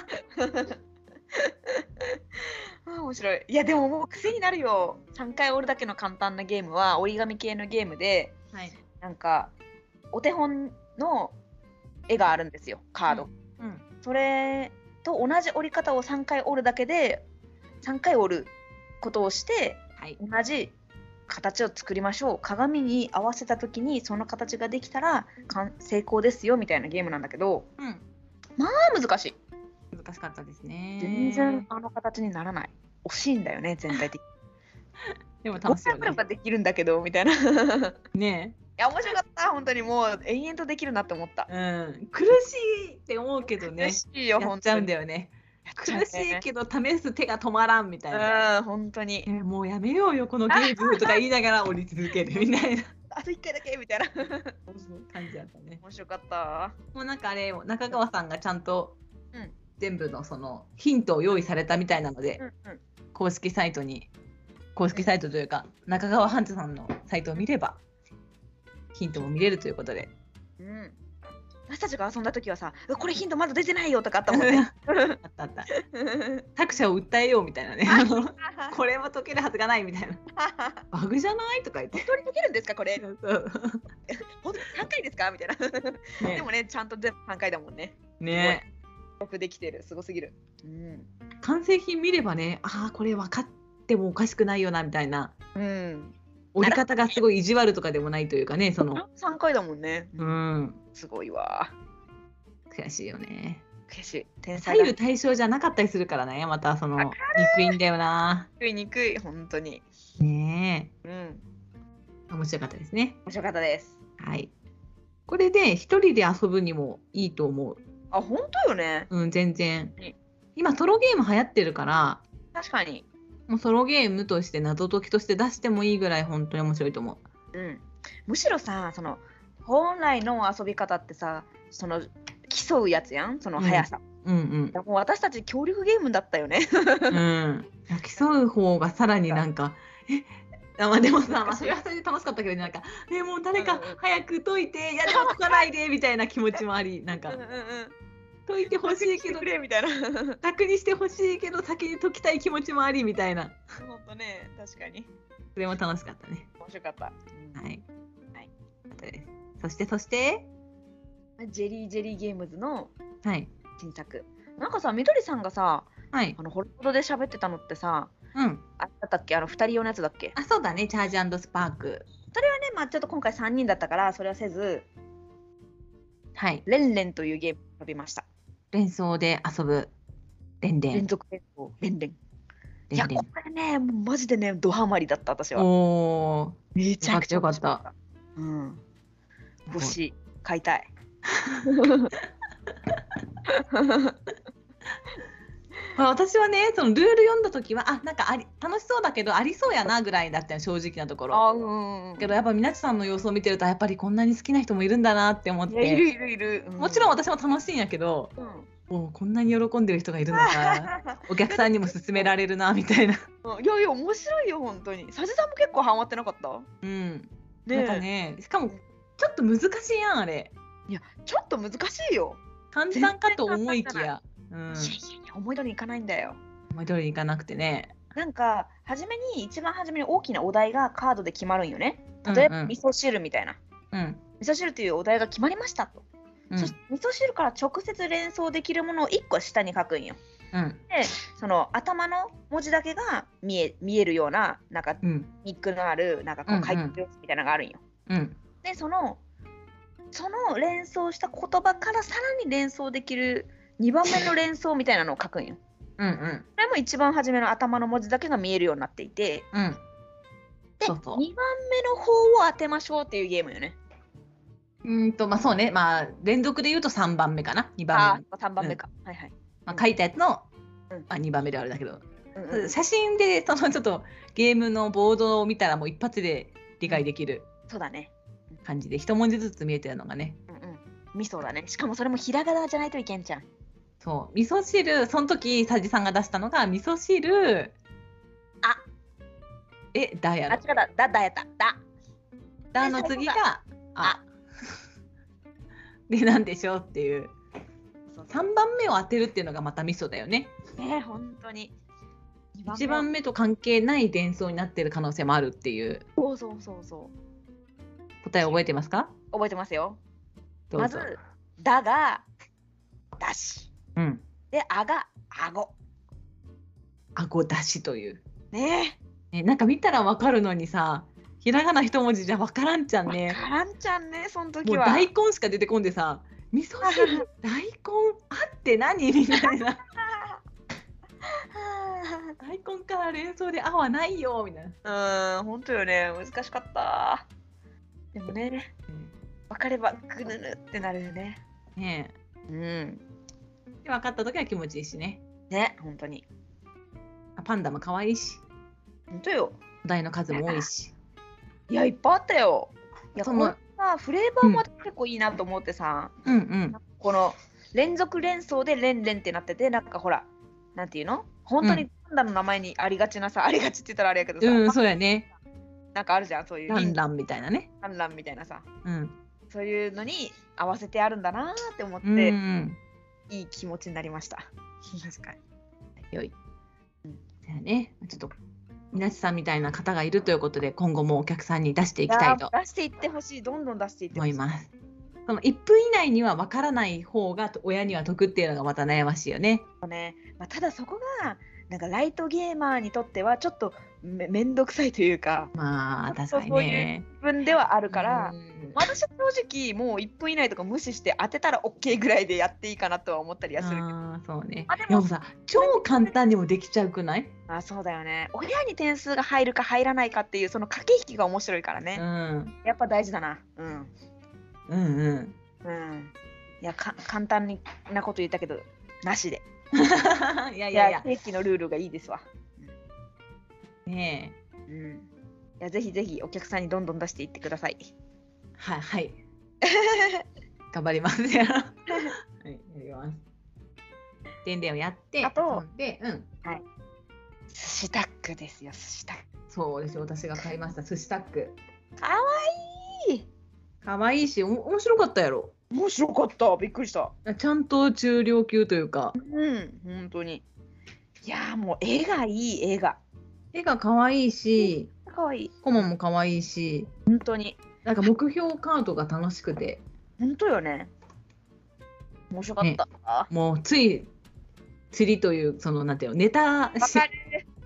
B: あ面白いいやでももう癖になるよ3回折るだけの簡単なゲームは折り紙系のゲームで
A: はい。
B: なんかお手本の絵があるんですよカード、
A: うん。
B: それと同じ折り方を3回折るだけで3回折ることをして
A: はい。
B: 同じ形を作りましょう鏡に合わせた時にその形ができたら完成功ですよみたいなゲームなんだけど
A: うん。
B: まあ難しい
A: 難しかったですね。
B: 全然。あの形にならない惜しいんだよね全体的に
A: でも 楽しい
B: 5
A: よ
B: 回
A: ね
B: れ。ばできるんだけどみ たいないや
A: ね
B: 面白かった本当にもう延々とできるなって思った
A: え。うん。苦しいって思うけどね。
B: 嬉しいよ
A: やっ
B: 本
A: ちゃ
B: 当
A: うん
B: に
A: だよね。苦し
B: や
A: い
B: っち
A: けど試す手が止まらんみたいな。
B: ゃうねうん本当に
A: えーもうやめようよこのゲームとか言いながら降り続けるみた いな
B: あと1回だけみたいな
A: 感じだったね。
B: 面白かった
A: もうなんかあれ中川さんがちゃんと
B: うん
A: 全部のそのヒントを用意されたみたいなので、
B: うんうん
A: 公式サイトに公式サイトというか中川ハンズさんのサイトを見ればヒントも見れるということで。
B: うん私たちが遊んだ時はさ「うわこれヒントまだ出てないよ」とかあったもんね
A: あったあった。 作者を訴えようみたいなね。あの これは解けるはずがないみたいな。バグじゃないとか言って。
B: 取り解けるんですかこれ
A: そう
B: 本当に3回ですかみたいな
A: ね
B: でもねちゃんと全部3回だもんね
A: ね
B: よくできてるすごすぎるうん、
A: 完成品見ればねああこれ分かってもおかしくないよなみたいな
B: うん、
A: 折り方がすごい意地悪とかでもないというかねその
B: 3回だもんね、
A: うん
B: すごいわ
A: 悔しいよね
B: 悔しい天才
A: 左
B: だ
A: 右対称じゃなかったりするからねまたその
B: わか
A: 憎いんだよな
B: 憎い憎い本当に
A: ね
B: うん
A: え面白かったですね
B: 面白かったです
A: はいこれで一人で遊ぶにもいいと思う
B: あ本当よね
A: うん全然
B: ね
A: 今ソロゲーム流行ってるから
B: 確かに
A: もうソロゲームとして謎解きとして出してもいいぐらい本当に面白いと思う
B: うんむしろさその本来の遊び方ってさその競うやつやんその速さ、
A: うん
B: もう私たち協力ゲームだったよね
A: うん、うん、競う方がさらになんかえ あまあでもさ、まあ、
B: 難しい
A: それはそれで楽しかったけどねなんか「えもう誰
B: う
A: か
B: んうん
A: 早く解いていやでも解かないで」みたいな気持ちもありなんか
B: うん うん
A: 解いてほしい
B: 来
A: け
B: て
A: ど
B: くれみたいな本
A: 楽にしてほしいけど先に解きたい気持ちもありみたいな
B: 当ね確かに
A: それも楽しかったね
B: 面白かった、
A: はい、
B: はい
A: よかったですそしてそして
B: ジェリージェリーゲームズの
A: はい
B: 新作なんかさみどりさんがさ
A: はい
B: あのホロホロで喋ってたのってさ
A: うん
B: あれだったっけあの2人用のやつだっけ
A: あそうだねチャージスパーク
B: でまあちょっと今回3人だったからそれはせず
A: はい
B: 「レンレン」というゲームを遊びました
A: 連想で遊ぶ連連
B: 連続連想レンレンいや
A: 連連
B: これねもうマジでねドハマりだった私は
A: おー
B: めちゃくちゃ
A: よかったよ
B: 面白
A: か
B: かったうん欲しい買いたい
A: まあ私はねそのルール読んだ時はあなんかあり楽しそうだけどありそうやなぐらいだったよ正直なところ
B: あうんうんうん
A: けどやっぱみなちさんの様子を見てるとやっぱりこんなに好きな人もいるんだなって思っ
B: いやい
A: て
B: るいるいる、う
A: もちろん私も楽しいんやけど
B: うん
A: もうこんなに喜んでる人がいるのかお客さんにも勧められるなみたいな
B: いやいや面白いよ本当に。サジさんも結構ハマってなかった。
A: うん
B: ねえ
A: なんかねしかもちょっと難しいやんあれ
B: いやちょっと難しいよ。
A: 簡単かと思いきやうん
B: いやいやいや思い通りにいかないんだよ。
A: 思い通りにいかなくてね
B: なんか初めに一番初めに大きなお題がカードで決まるんよね。例えば、
A: うんうん
B: 味噌汁みたいな。
A: うん
B: 味噌汁というお題が決まりましたと。
A: うん
B: そして味噌汁から直接連想できるものを1個下に書くんよ。
A: うん
B: その頭の文字だけが見え見えるようななんか
A: うん
B: ニックのあるなんかこ
A: うんう
B: うん書いてるやつみたいなのがあるんよ。
A: うん
B: でそのその連想した言葉からさらに連想できる2番目の連想みたいなのを書くんよ。
A: うんうん
B: それも一番初めの頭の文字だけが見えるようになっていて
A: うん
B: で
A: そうそう
B: 2番目の方を当てましょうっていうゲームよね。
A: うーんとまあそうねまあ連続で言うと3番目かな2番目
B: ああ3番目か。はいはい。
A: まあ、書いたやつの
B: うん
A: まあ、2番目ではあれだけど、
B: うんうん
A: 写真でそのちょっとゲームのボードを見たらもう一発で理解できる
B: そうだね。
A: 感じで一文字ずつ見えてるのがね
B: うんうん。味噌だね。しかもそれもひらがなじゃないといけんじゃん。
A: そう味噌汁その時佐治さんが出したのが味噌汁
B: あ
A: えだや
B: あ、違
A: ろ
B: うだ、だ、だやった。だ。
A: だの次が
B: 最
A: あ でなんでしょうっていう
B: そうそう
A: 3番目を当てるっていうのがまた味噌だよね
B: ねえ、本当に。
A: 1番目と関係ない伝送になってる可能性もあるっていう
B: そうそうそうそ
A: 答えを覚えてますか
B: う。覚えてますよ。
A: どう
B: ま
A: ぞ、
B: ず、だが、だし。
A: うん、
B: で、あが、あご。
A: 顎出しという、
B: ね
A: ね、なんか見たらわかるのにさひらがな一文字じゃわからんじゃ
B: え。
A: んね
B: わからんちゃんね、その
A: も
B: 時
A: う
B: は。
A: 大根しか出てこんでさ味噌汁大根あって何みた いな大根から連想であはないよみたいな、
B: うん、本当よね、難しかった。でもね、分かればぐぬぬってなるよね。
A: ね
B: うん。
A: えで分かった時は気持ちいいしね
B: ね、本当に。
A: あパンダも可愛いし
B: 本当よ。
A: お題の数も多いし
B: いや、いっぱいあったよ。いや、
A: そ
B: こ
A: の
B: のさ、フレーバーも結構いいなと思ってさ、
A: うんうん
B: この連続連想で連連ってなってて、なんかほら、なんていうの本当にパンダの名前にありがちなさ、ありがちって言ったらあれやけどさ、
A: うんそうやね
B: なんかあるじゃん、そういう
A: ラン
B: ン
A: ランみたいなね
B: ランランみたいなさ。
A: うん
B: そういうのに合わせてあるんだなーって思って、
A: うんうん
B: いい気持ちになりました。確かに。
A: 良い
B: うん
A: そうやねちょっとみなちさんみたいな方がいるということで今後もお客さんに出していきたいと
B: やー出していってほしい、どんどん出していってほ
A: 思
B: し
A: い
B: い。
A: ます。その1分以内には分からない方が親には得っていうのがまた悩ましいよね。
B: まあ、ただそこが、なんかライトゲーマーにとってはちょっとめめんどくさいというか、
A: まあ
B: ちょっ
A: 確
B: と
A: かにね。
B: 自分ではあるから、
A: うん
B: まあ私は正直もう1分以内とか無視して当てたら OK ぐらいでやっていいかなとは思ったりはするけど、
A: あーそうね。
B: あでも
A: でもさ超簡単にもできちゃうくない？
B: まあそうだよね。親に点数が入るか入らないかっていうその駆け引きが面白いから
A: う
B: ね。
A: ん
B: やっぱ大事だな。うん。
A: うんうん。
B: うんいやか簡単になこと言ったけどなしで
A: いやい
B: い
A: やいや
B: 正規のルールがいいですわ、
A: ね
B: うん、いやぜひぜひお客さんにどんどん出していってください
A: えはい はい。頑張ります。はいやります。でんでんをやって
B: あと
A: そんでうん。
B: 寿司タックですよ寿司タッ
A: そうですよ私が買いました寿司タック。
B: クかわいい
A: 可愛いしお面白かったやろ。
B: 面白かったびっくりした
A: ちゃんと中量級というか
B: うん本当にいやーもう絵がいい絵が
A: 絵が可愛いし
B: かわいい
A: コマも可愛いし
B: 本当に
A: なんか目標カードが楽しくて
B: 本当よね面白かったわ、
A: もうつい釣りというそのなんていうのネタし
B: かる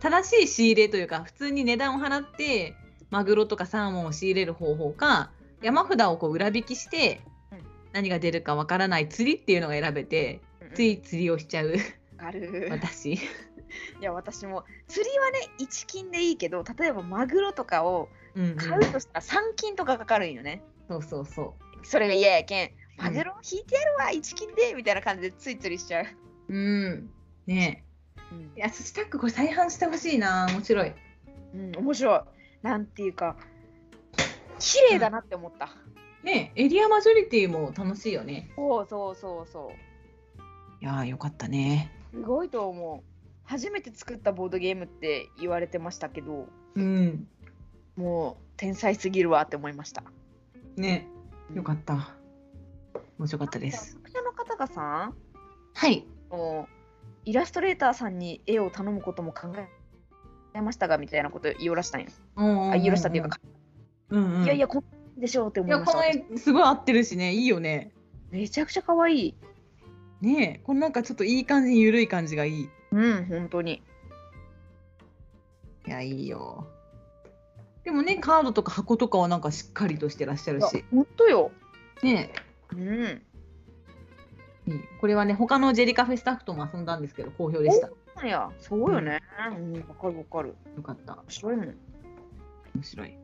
A: 正しい仕入れというか普通に値段を払ってマグロとかサーモンを仕入れる方法か山札をこう裏引きして
B: うん
A: 何が出るかわからない釣りっていうのが選べてつい釣りをしち ゃう
B: わかる
A: 私
B: いや私も釣りはね1金でいいけど例えばマグロとかを
A: うん、うん、
B: 買うとしたら3金とかかかるんよね。
A: そうそうそ
B: それが嫌やけん。
A: うん
B: マグロを引いてやるわ、1金でみたいな感じでついつりしちゃう。
A: ううんねえ
B: うん
A: いや、寿司タックこれ再販してほしいな、面白い。
B: 面白い。なんていうか、綺麗だなって思った。
A: ねエリアマジョリティも楽しいよね。
B: そうそうそうそう。
A: いやー、よかったね。
B: すごいと思う。初めて作ったボードゲームって言われてましたけど、
A: うん。
B: もう天才すぎるわって思いました。
A: ねよかった。面白かったです。
B: 作者の方がさ、
A: はい。
B: あのイラストレーターさんに絵を頼むことも考えましたがみたいなこと言おらしたんよ。あ、
A: あ
B: 言おらしたっていうか、、
A: うんうん、
B: いやい
A: や、
B: や、こんでしょうって
A: い
B: 思い
A: や
B: まし
A: こ
B: た。
A: の絵すごい合ってるしね、いいよね。
B: めちゃくちゃ可愛い。
A: ねこのなんかちょっといい感じに緩い感じがいい。
B: うん、本当に。
A: いや、いいよ。でもね、カードとか箱とかはなんかしっかりとしてらっしゃるし。
B: 本当よ。
A: ね
B: うん。
A: いいこれはね、他のジェリカフェスタッフとも遊んだんですけど、好評でした。
B: いや、そうよね。うん、わかるわかる。
A: よかった。
B: 面白いもん。
A: 面白い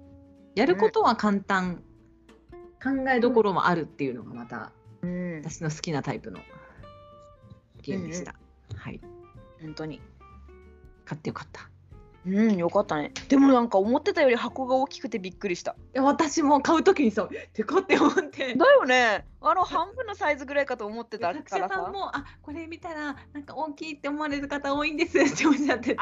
A: やることは簡単、考えどころもあるっていうのがまた
B: うん。
A: 私の好きなタイプのゲームでした、はい
B: 本当に。
A: 買ってよかった。
B: うん、よかったね。でもなんか思ってたより箱が大きくてびっくりした。
A: いや私も買うときにそう、てこって思って。
B: だよね。あの半分のサイズぐらいかと思ってた
A: 作
B: から
A: 者さ
B: さ
A: ん。も、あ、これ見たら、なんか大きいって思われる方多い んですっておっしゃってて。
B: い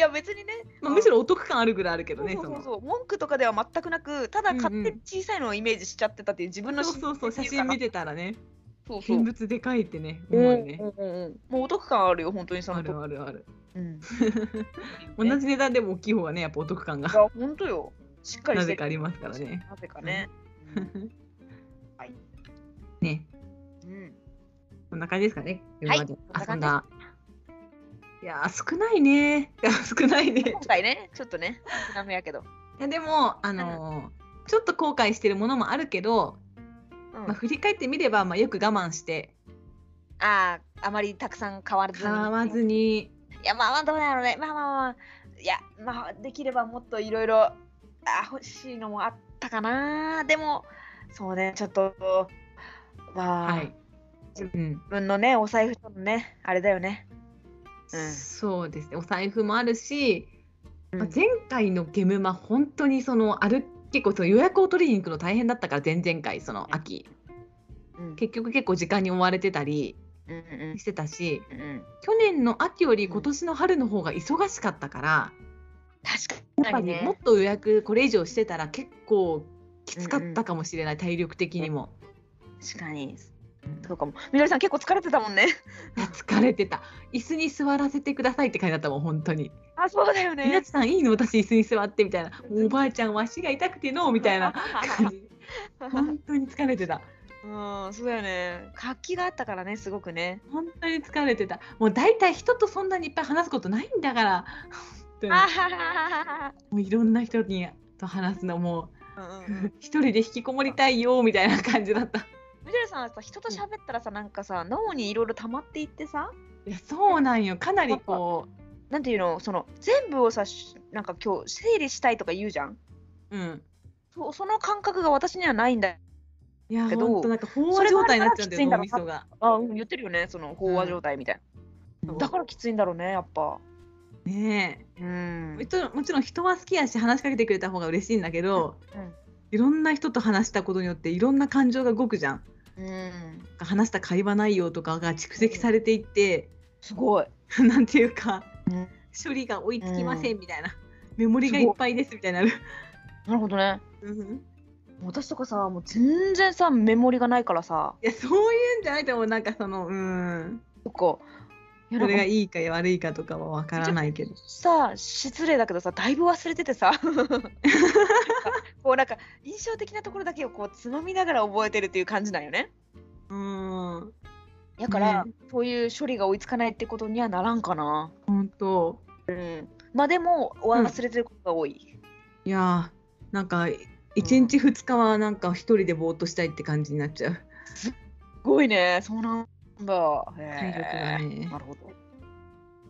B: や別にね、
A: まあ、むしろお得感あるぐらいあるけど
B: そう
A: ね。
B: そうそう
A: その
B: そう文句とかでは全くなく、ただ買
A: うん
B: って
A: うん
B: 小さいのをイメージしちゃってたっていう自分の
A: そうそうそう、写真見てたらね、
B: そうそう
A: 見。物でかいってね、
B: うん
A: 思
B: う
A: うんよね。
B: うん、もうお得感あるよ、本当にそ
A: あ
B: の
A: る
B: と。
A: あるある。
B: うん、ね
A: 同じ値段でも大きい方がね、やっぱお得感が
B: いや本当よ。しっかり
A: な
B: して
A: ぜ
B: る
A: かありますからね。
B: なぜかね。はい。
A: ね、
B: うん。
A: こんな感じですかね。
B: はい
A: 今まで遊ん
B: こ
A: だ。いやー、少ないね。いや少 ないね。
B: 今回ね、ちょっとね、ダメやけど。
A: いやでも、あのーちょっと後悔してるものもあるけど、
B: うん
A: まあ、振り返ってみれば、まあ、よく我慢して
B: ああ、あまりたくさん変わらずに。
A: 買わずに
B: いや、まあまあ、どうなのね。まあまあまあ。いや、まあ、できればもっといろいろ、あ、欲しいのもあったかな。でも、そうね、ちょっと、まあ、
A: はい、うん
B: 自分のね、お財布とのね、あれだよね。うん
A: そうですねお財布もあるし、
B: うん
A: まあ、前回のゲムマ本当にその歩結構その予約を取りに行くの大変だったから前々回その秋
B: うん
A: 結局結構時間に追われてたり
B: うんうん
A: してたし
B: うんうん。
A: 去年の秋より今年の春の方が忙しかったから、
B: 確
A: やっ
B: か
A: ぱ
B: に、ね。
A: りもっと予約これ以上してたら結構きつかったかもしれない、体力的にも。
B: 確かに。そうかも。みどりさん結構疲れてたもん ね。
A: いや疲れてた椅子に座らせてくださいって書いてあったもん本当に
B: あ、そうだよ
A: 「みな
B: ね
A: ち。さんいいの私椅子に座って」みたいな「もうおばあちゃん足が痛くての」みたいな感じ本当に疲れてた
B: うん、そうだよね。活気があったからね、すごくね。
A: 本当に疲れてたもう大体人とそんなにいっぱい話すことないんだから本当に
B: あははは
A: もういろんな人にと話すのも
B: は。
A: う一人で引きこもりたいよみたいな感じ だった
B: みどりさんはさ、人と喋ったらさ、なんかさ、脳にいろいろ溜まっていってさ、
A: いやそうなんよかなりこ
B: なんていうの、その、全部をさ、しなんか今日、整理したいとか言うじゃん。
A: ううん
B: そその感覚が私にはないんだ。
A: いや
B: けど
A: 本当なんか飽和状態になっちゃうんだ
B: そ
A: よ
B: れが
A: 脳みそが
B: あ、うん、言ってるよね、その、飽和状態みたいな。
A: そう
B: だからきついんだろうね、やっぱ。
A: ねえ
B: うん
A: もちろんもちろん人は好きやし話しかけてくれた方が嬉しいんだけど、
B: うんうん
A: いろんな人と話したことによっていろんな感情が動くじゃん
B: うん。
A: 話した会話内容とかが蓄積されていって、
B: すごい。
A: なんていうか、
B: うん
A: 処理が追いつきませんみたいな、メモリがいっぱいですみたいになる。
B: なるほどね。
A: うん
B: 私とかさ、もう全然さ、メモリがないからさ、
A: いやそういうんじゃないと思うなんかそのうん
B: そっか。いやな
A: こ
B: ん
A: れ
B: か
A: がいいか悪いかとかはわからないけど
B: さ失礼だけどさだいぶ忘れててさこうなんか印象的なところだけをこうつまみながら覚えてるっていう感じなんよね
A: うん
B: だから、
A: ね
B: そういう処理が追いつかないってことにはならんかな
A: 本当
B: まあでもお
A: うん
B: 忘れてることが多い、
A: いやーなんか一日二日はなんか一人でぼーっとしたいって感じになっちゃう
B: すごいねそうなんだ
A: 体力が
B: へえ、
A: ね
B: なるほど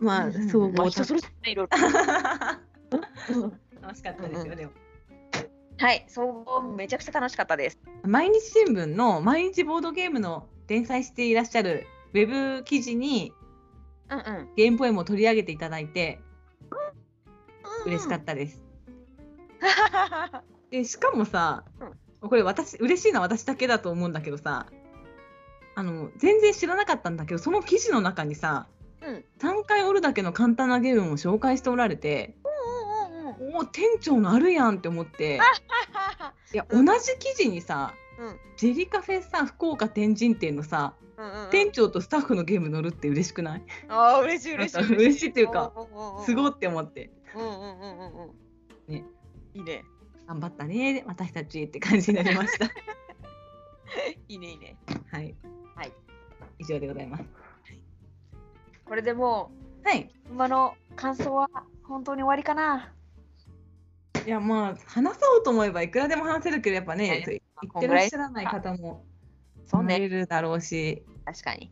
A: まあ
B: んん
A: そう
B: ま
A: も
B: あ
A: う
B: 人それぞれねいろい
A: 楽
B: ろ
A: しかったですよ、でも。
B: はい総合めちゃくちゃ楽しかったです
A: 毎日新聞の毎日ボードゲームの連載していらっしゃるウェブ記事に
B: うんうん
A: ゲームポエムを取り上げていただいて嬉しか
B: っ
A: ったです。
B: た
A: でしかもさ、これ私嬉しいのは私だけだと思うんだけどさあの全然知らなかったんだけどその記事の中にさ、
B: うん
A: 3回折るだけの簡単なゲームも紹介しておられて
B: うんうんうん
A: おお店長のあるやんって思って。いや、
B: うん
A: 同じ記事にさ、
B: うん
A: ジェリカフェさ福岡天神店のさ、
B: うんうんうん
A: 店長とスタッフのゲーム乗るって嬉しくない、
B: ああ嬉しい嬉しい
A: なんか嬉しいっていうかすご
B: い。
A: って思って
B: うんうんうんうんうん。
A: ね。
B: いいね。
A: 頑張ったね私たちって感じになりま した
B: いいねいいね。
A: はい、
B: はい、
A: 以上でございます
B: これでも
A: はい、
B: う馬の感想は本当に終わりかな。
A: いやまあ話そうと思えばいくらでも話せるけどやっぱね、
B: は
A: 言
B: こ
A: っ
B: んぐ
A: て
B: ら
A: ら
B: い
A: っしゃらない方も
B: そう
A: 見
B: ね。
A: れるだろうし、
B: 確かに。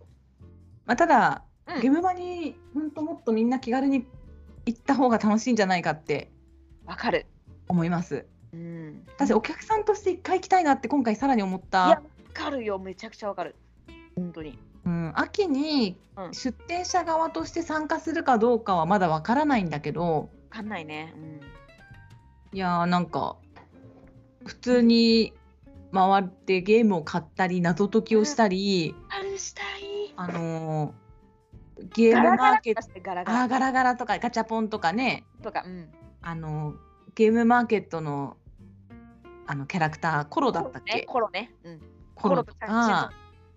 A: まあ、ただ、
B: うん
A: ゲーム場にほんともっとみんな気軽に行った方が楽しいんじゃないかって
B: わかる。
A: 思います
B: うん。
A: 私
B: わ
A: お客さんとして一回行きたいなって今回さらに思った
B: いやかるよめちゃくちゃわかる。本当に。
A: うん、秋に
B: うん
A: 出店者側として参加するかどうかはまだわからないんだけど
B: わかんないね。うん。
A: いやーなんか普通に回ってゲームを買ったり謎解きをしたり、
B: あるしたい。
A: あのーゲー
B: ガラガ
A: ムマ
B: ラ
A: ーケット
B: してガラガ
A: あー
B: ラ
A: ガラガラとかガチャポンとかね
B: とか、うん。
A: あのゲームマーケットのあのキャラクターコロだったっけ、
B: コロね。コロね
A: コロと
B: コロとか
A: か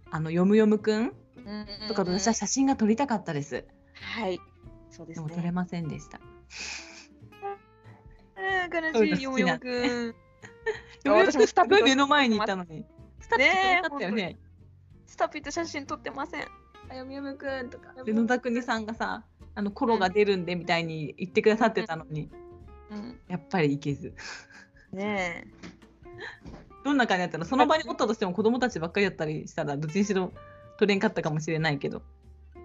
A: あのよむよむくん
B: うん。うんうんうん
A: とかと私は写真が撮りたかったです、
B: はい。そうで
A: ですも撮れ
B: ね。
A: ませんでした
B: あー
A: そ
B: 悲
A: ういう
B: しい、
A: の
B: よ
A: 好
B: も
A: き
B: よ
A: な
B: もくん。
A: よむよむくんすごい目の前にい
B: ね
A: たのにスタッフ撮れなかったよね
B: スタピって写真撮ってません。あよむよむくんとか。
A: で野田国さんがさあのコロが出るんでみたいに言ってくださってたのに
B: うん。
A: やっぱり行けず
B: ねえ。
A: どんな感じだったのその場におったとしても子供たちばっかりだったりしたらどっちにしろ撮れんかったかもしれないけど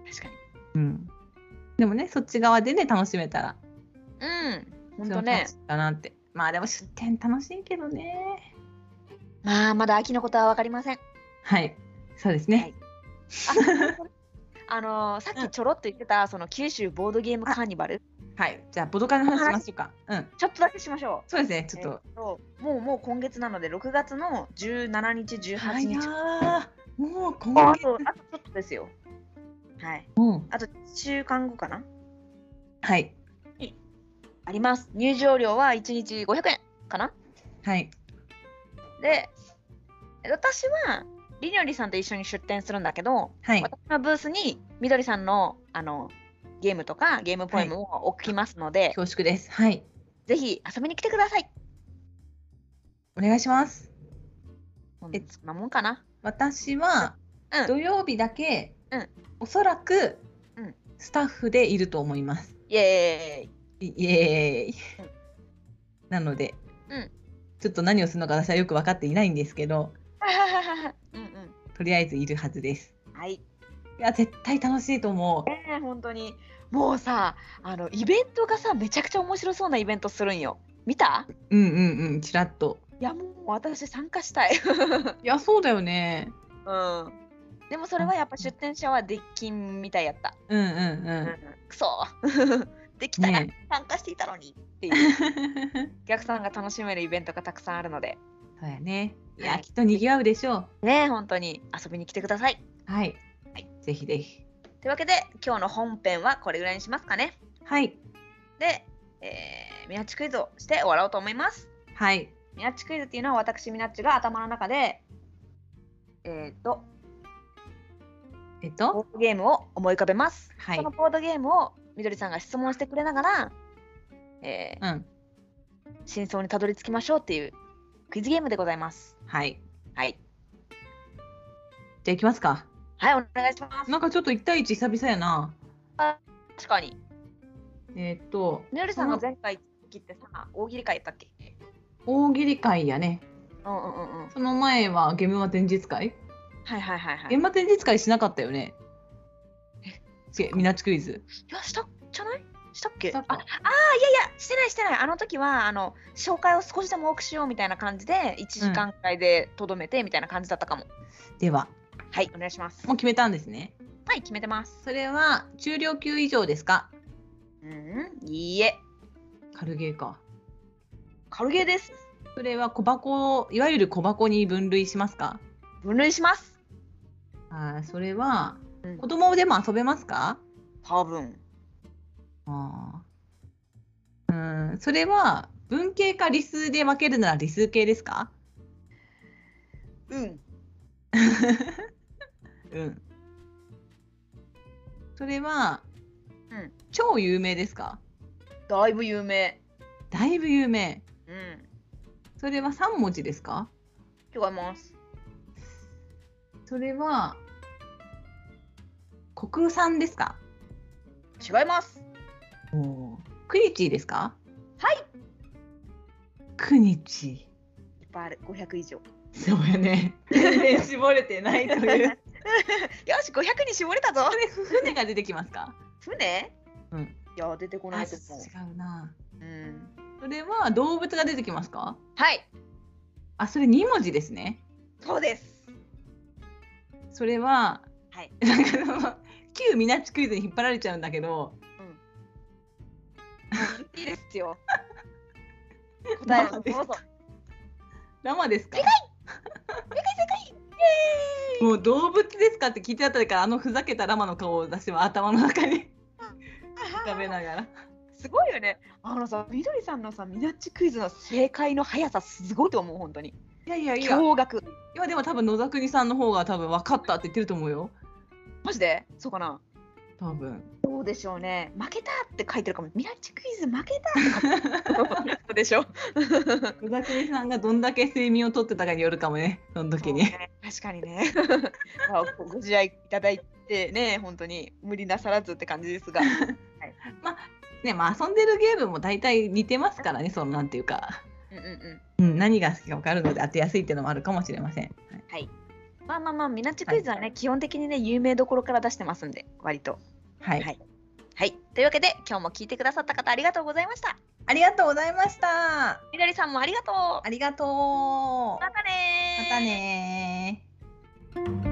B: 確かに。
A: うんでもねそっち側でね楽しめたら
B: うん。本当ね。
A: だなって。まあでも出店楽しいけどね。
B: まあ、まだ秋のことはわかりません。
A: はい。そうですね。
B: はいあ あのーさっきちょろっと言ってた、その九州ボードゲームカーニバル。
A: はい。じゃあボドカの話しましょうか。うん。
B: ちょっとだけしましょう。
A: そうですね。ちょっと。
B: えっともうもう今月なので6月の17日18
A: 早い
B: 日
A: やー。もう今
B: あ
A: 月。
B: とあとちょっとですよはい
A: うん。
B: あと1週間後かな
A: はい。
B: あります入場料は1日500円かな
A: はい。
B: で私はりにょりさんと一緒に出店するんだけど、
A: はい。
B: 私のブースにみどりさんのあのゲームとかゲームポエムを置きますので、
A: 恐縮です。はい。
B: ぜひ遊びに来てください
A: お願いします。え
B: うんそんなもんかな
A: 私は
B: うん
A: 土曜日だけ、
B: うん
A: おそらく、
B: うん
A: スタッフでいると思います。
B: イエーイ
A: イイエーイ
B: うん。
A: なので、
B: うん
A: ちょっと何をするのか私はよく分かっていないんですけど、
B: うんうん
A: とりあえずいるはずです。
B: はい
A: いや絶対楽しいと思う。
B: ね本当にもうさあのイベントがさめちゃくちゃ面白そうなイベントするんよ見た
A: うんうんうん、ちらっと。
B: いやもう私参加した い、
A: いや、そうだよね。
B: うん、でもそれはやっぱ出店者はデッキンみたいやった、
A: うんうん
B: うん
A: う
B: く そできたら
A: ね
B: 参加していたのにっていう、
A: ん。
B: お客さんが楽しめるイベントがたくさんあるので
A: そうやね。いや、
B: はい
A: きっと賑わうでしょ。
B: ね本当に遊びに来てくださいう
A: はい。
B: はい
A: ぜひぜひ。
B: というわけで今日の本編はこれぐらいにしますかね
A: はい。
B: で、えー、ミナッチクイズをして終わろうと思います
A: はい。
B: ミナッチクイズっていうのは私ミナッチが頭の中でえっ、と
A: えっ
B: ボ
A: と
B: ー、ドゲームを思い浮かべます、
A: はい
B: その。ボードゲームをみどりさんが質問してくれながら、えー
A: うん。
B: 真相にたどり着きましょうっていうクイズゲームでございます
A: はい。
B: はい
A: じゃあ、いきますか。
B: はいお願いします
A: なんかちょっと1対1久々やな。
B: 確かに
A: えっと、
B: みどりさんが前回切ってさ大喜利会やったっけ
A: 大喜利会やね。
B: うんうんうんうん
A: その前はゲームは前日会
B: はいはいはいはい
A: ゲームは前日会しなかったよね。え、みなちクイズ。
B: いやしたじゃないしたっけ
A: した
B: あ
A: か
B: あーいやいやしてないしてないあの時はあの紹介を少しでも多くしようみたいな感じで1時間会でとどめてみたいな感じだったかも、
A: では、
B: はいお願いします
A: もう決めたんですね。
B: はい決めてます
A: それは中量級以上ですか
B: うんいいえ
A: 軽ゲーか
B: 軽ゲーです
A: それは小箱いわゆる小箱に分類しますか
B: 分類します
A: あーそれは
B: うん
A: 子供でも遊べますか、
B: 多分
A: あーうんそれは文系か理数で分けるなら理数系ですか
B: うん
A: うんそれは、
B: うん
A: 超有名ですか
B: だいぶ有名
A: だいぶ有名
B: うん
A: それは3文字ですか
B: 違います
A: それは国産ですか
B: 違います
A: クニチーですか
B: はい
A: クニチ
B: いっぱいある500以上 よ
A: ーそうやね全然絞れてないという
B: し500に絞れたぞ
A: これ船が出てきますか
B: 船
A: うん
B: いや出てこな
A: あ
B: い
A: 違
B: と思う
A: うな
B: うん
A: それは動物が出てきますか
B: はい
A: あそれ2文字ですね
B: そうです
A: それは
B: はい。
A: なんかその旧みなっちクイズに引っ張られちゃうんだけど
B: いいです よ。答えをどうぞ。
A: 生ですかもう動物ですかって聞いてあったからあのふざけたラマの顔を私は頭の中に 浮かべながら
B: すごいよね。あのさ、みどりさんのさ、ミナッチクイズの正解の速さすごいと思う本当に。
A: いやいやいや
B: 驚愕。
A: いやでも多分野田国さんの方が多分分かったって言ってると思うよ
B: マジで？そうかな。
A: 多分
B: どうでしょうね。負けたって書いてるかも。ミナッチクイズ負けたって 書いてるでしょ。
A: 野田国さんがどんだけ睡眠をとってたかによるかもねその時に
B: そうね確かにね。まあごご自愛いただいてね、本当に無理なさらずって感じ ですが。
A: ねまあ遊んでるゲームも大体似てますからねそのなんていうか、
B: うんうんうん。
A: うん、何が好きか分かるので当てやすいっていうのもあるかもしれません、はい
B: まあまあまあ、ミナッチクイズはね、基本的にね、有名どころから出してますんで、割と。
A: はい
B: はいはい。というわけで、今日も聞いてくださった方、ありがとうございました。
A: ありがとうございました
B: みどりさんもありがとう。
A: ありがとうま
B: またねー。
A: たねー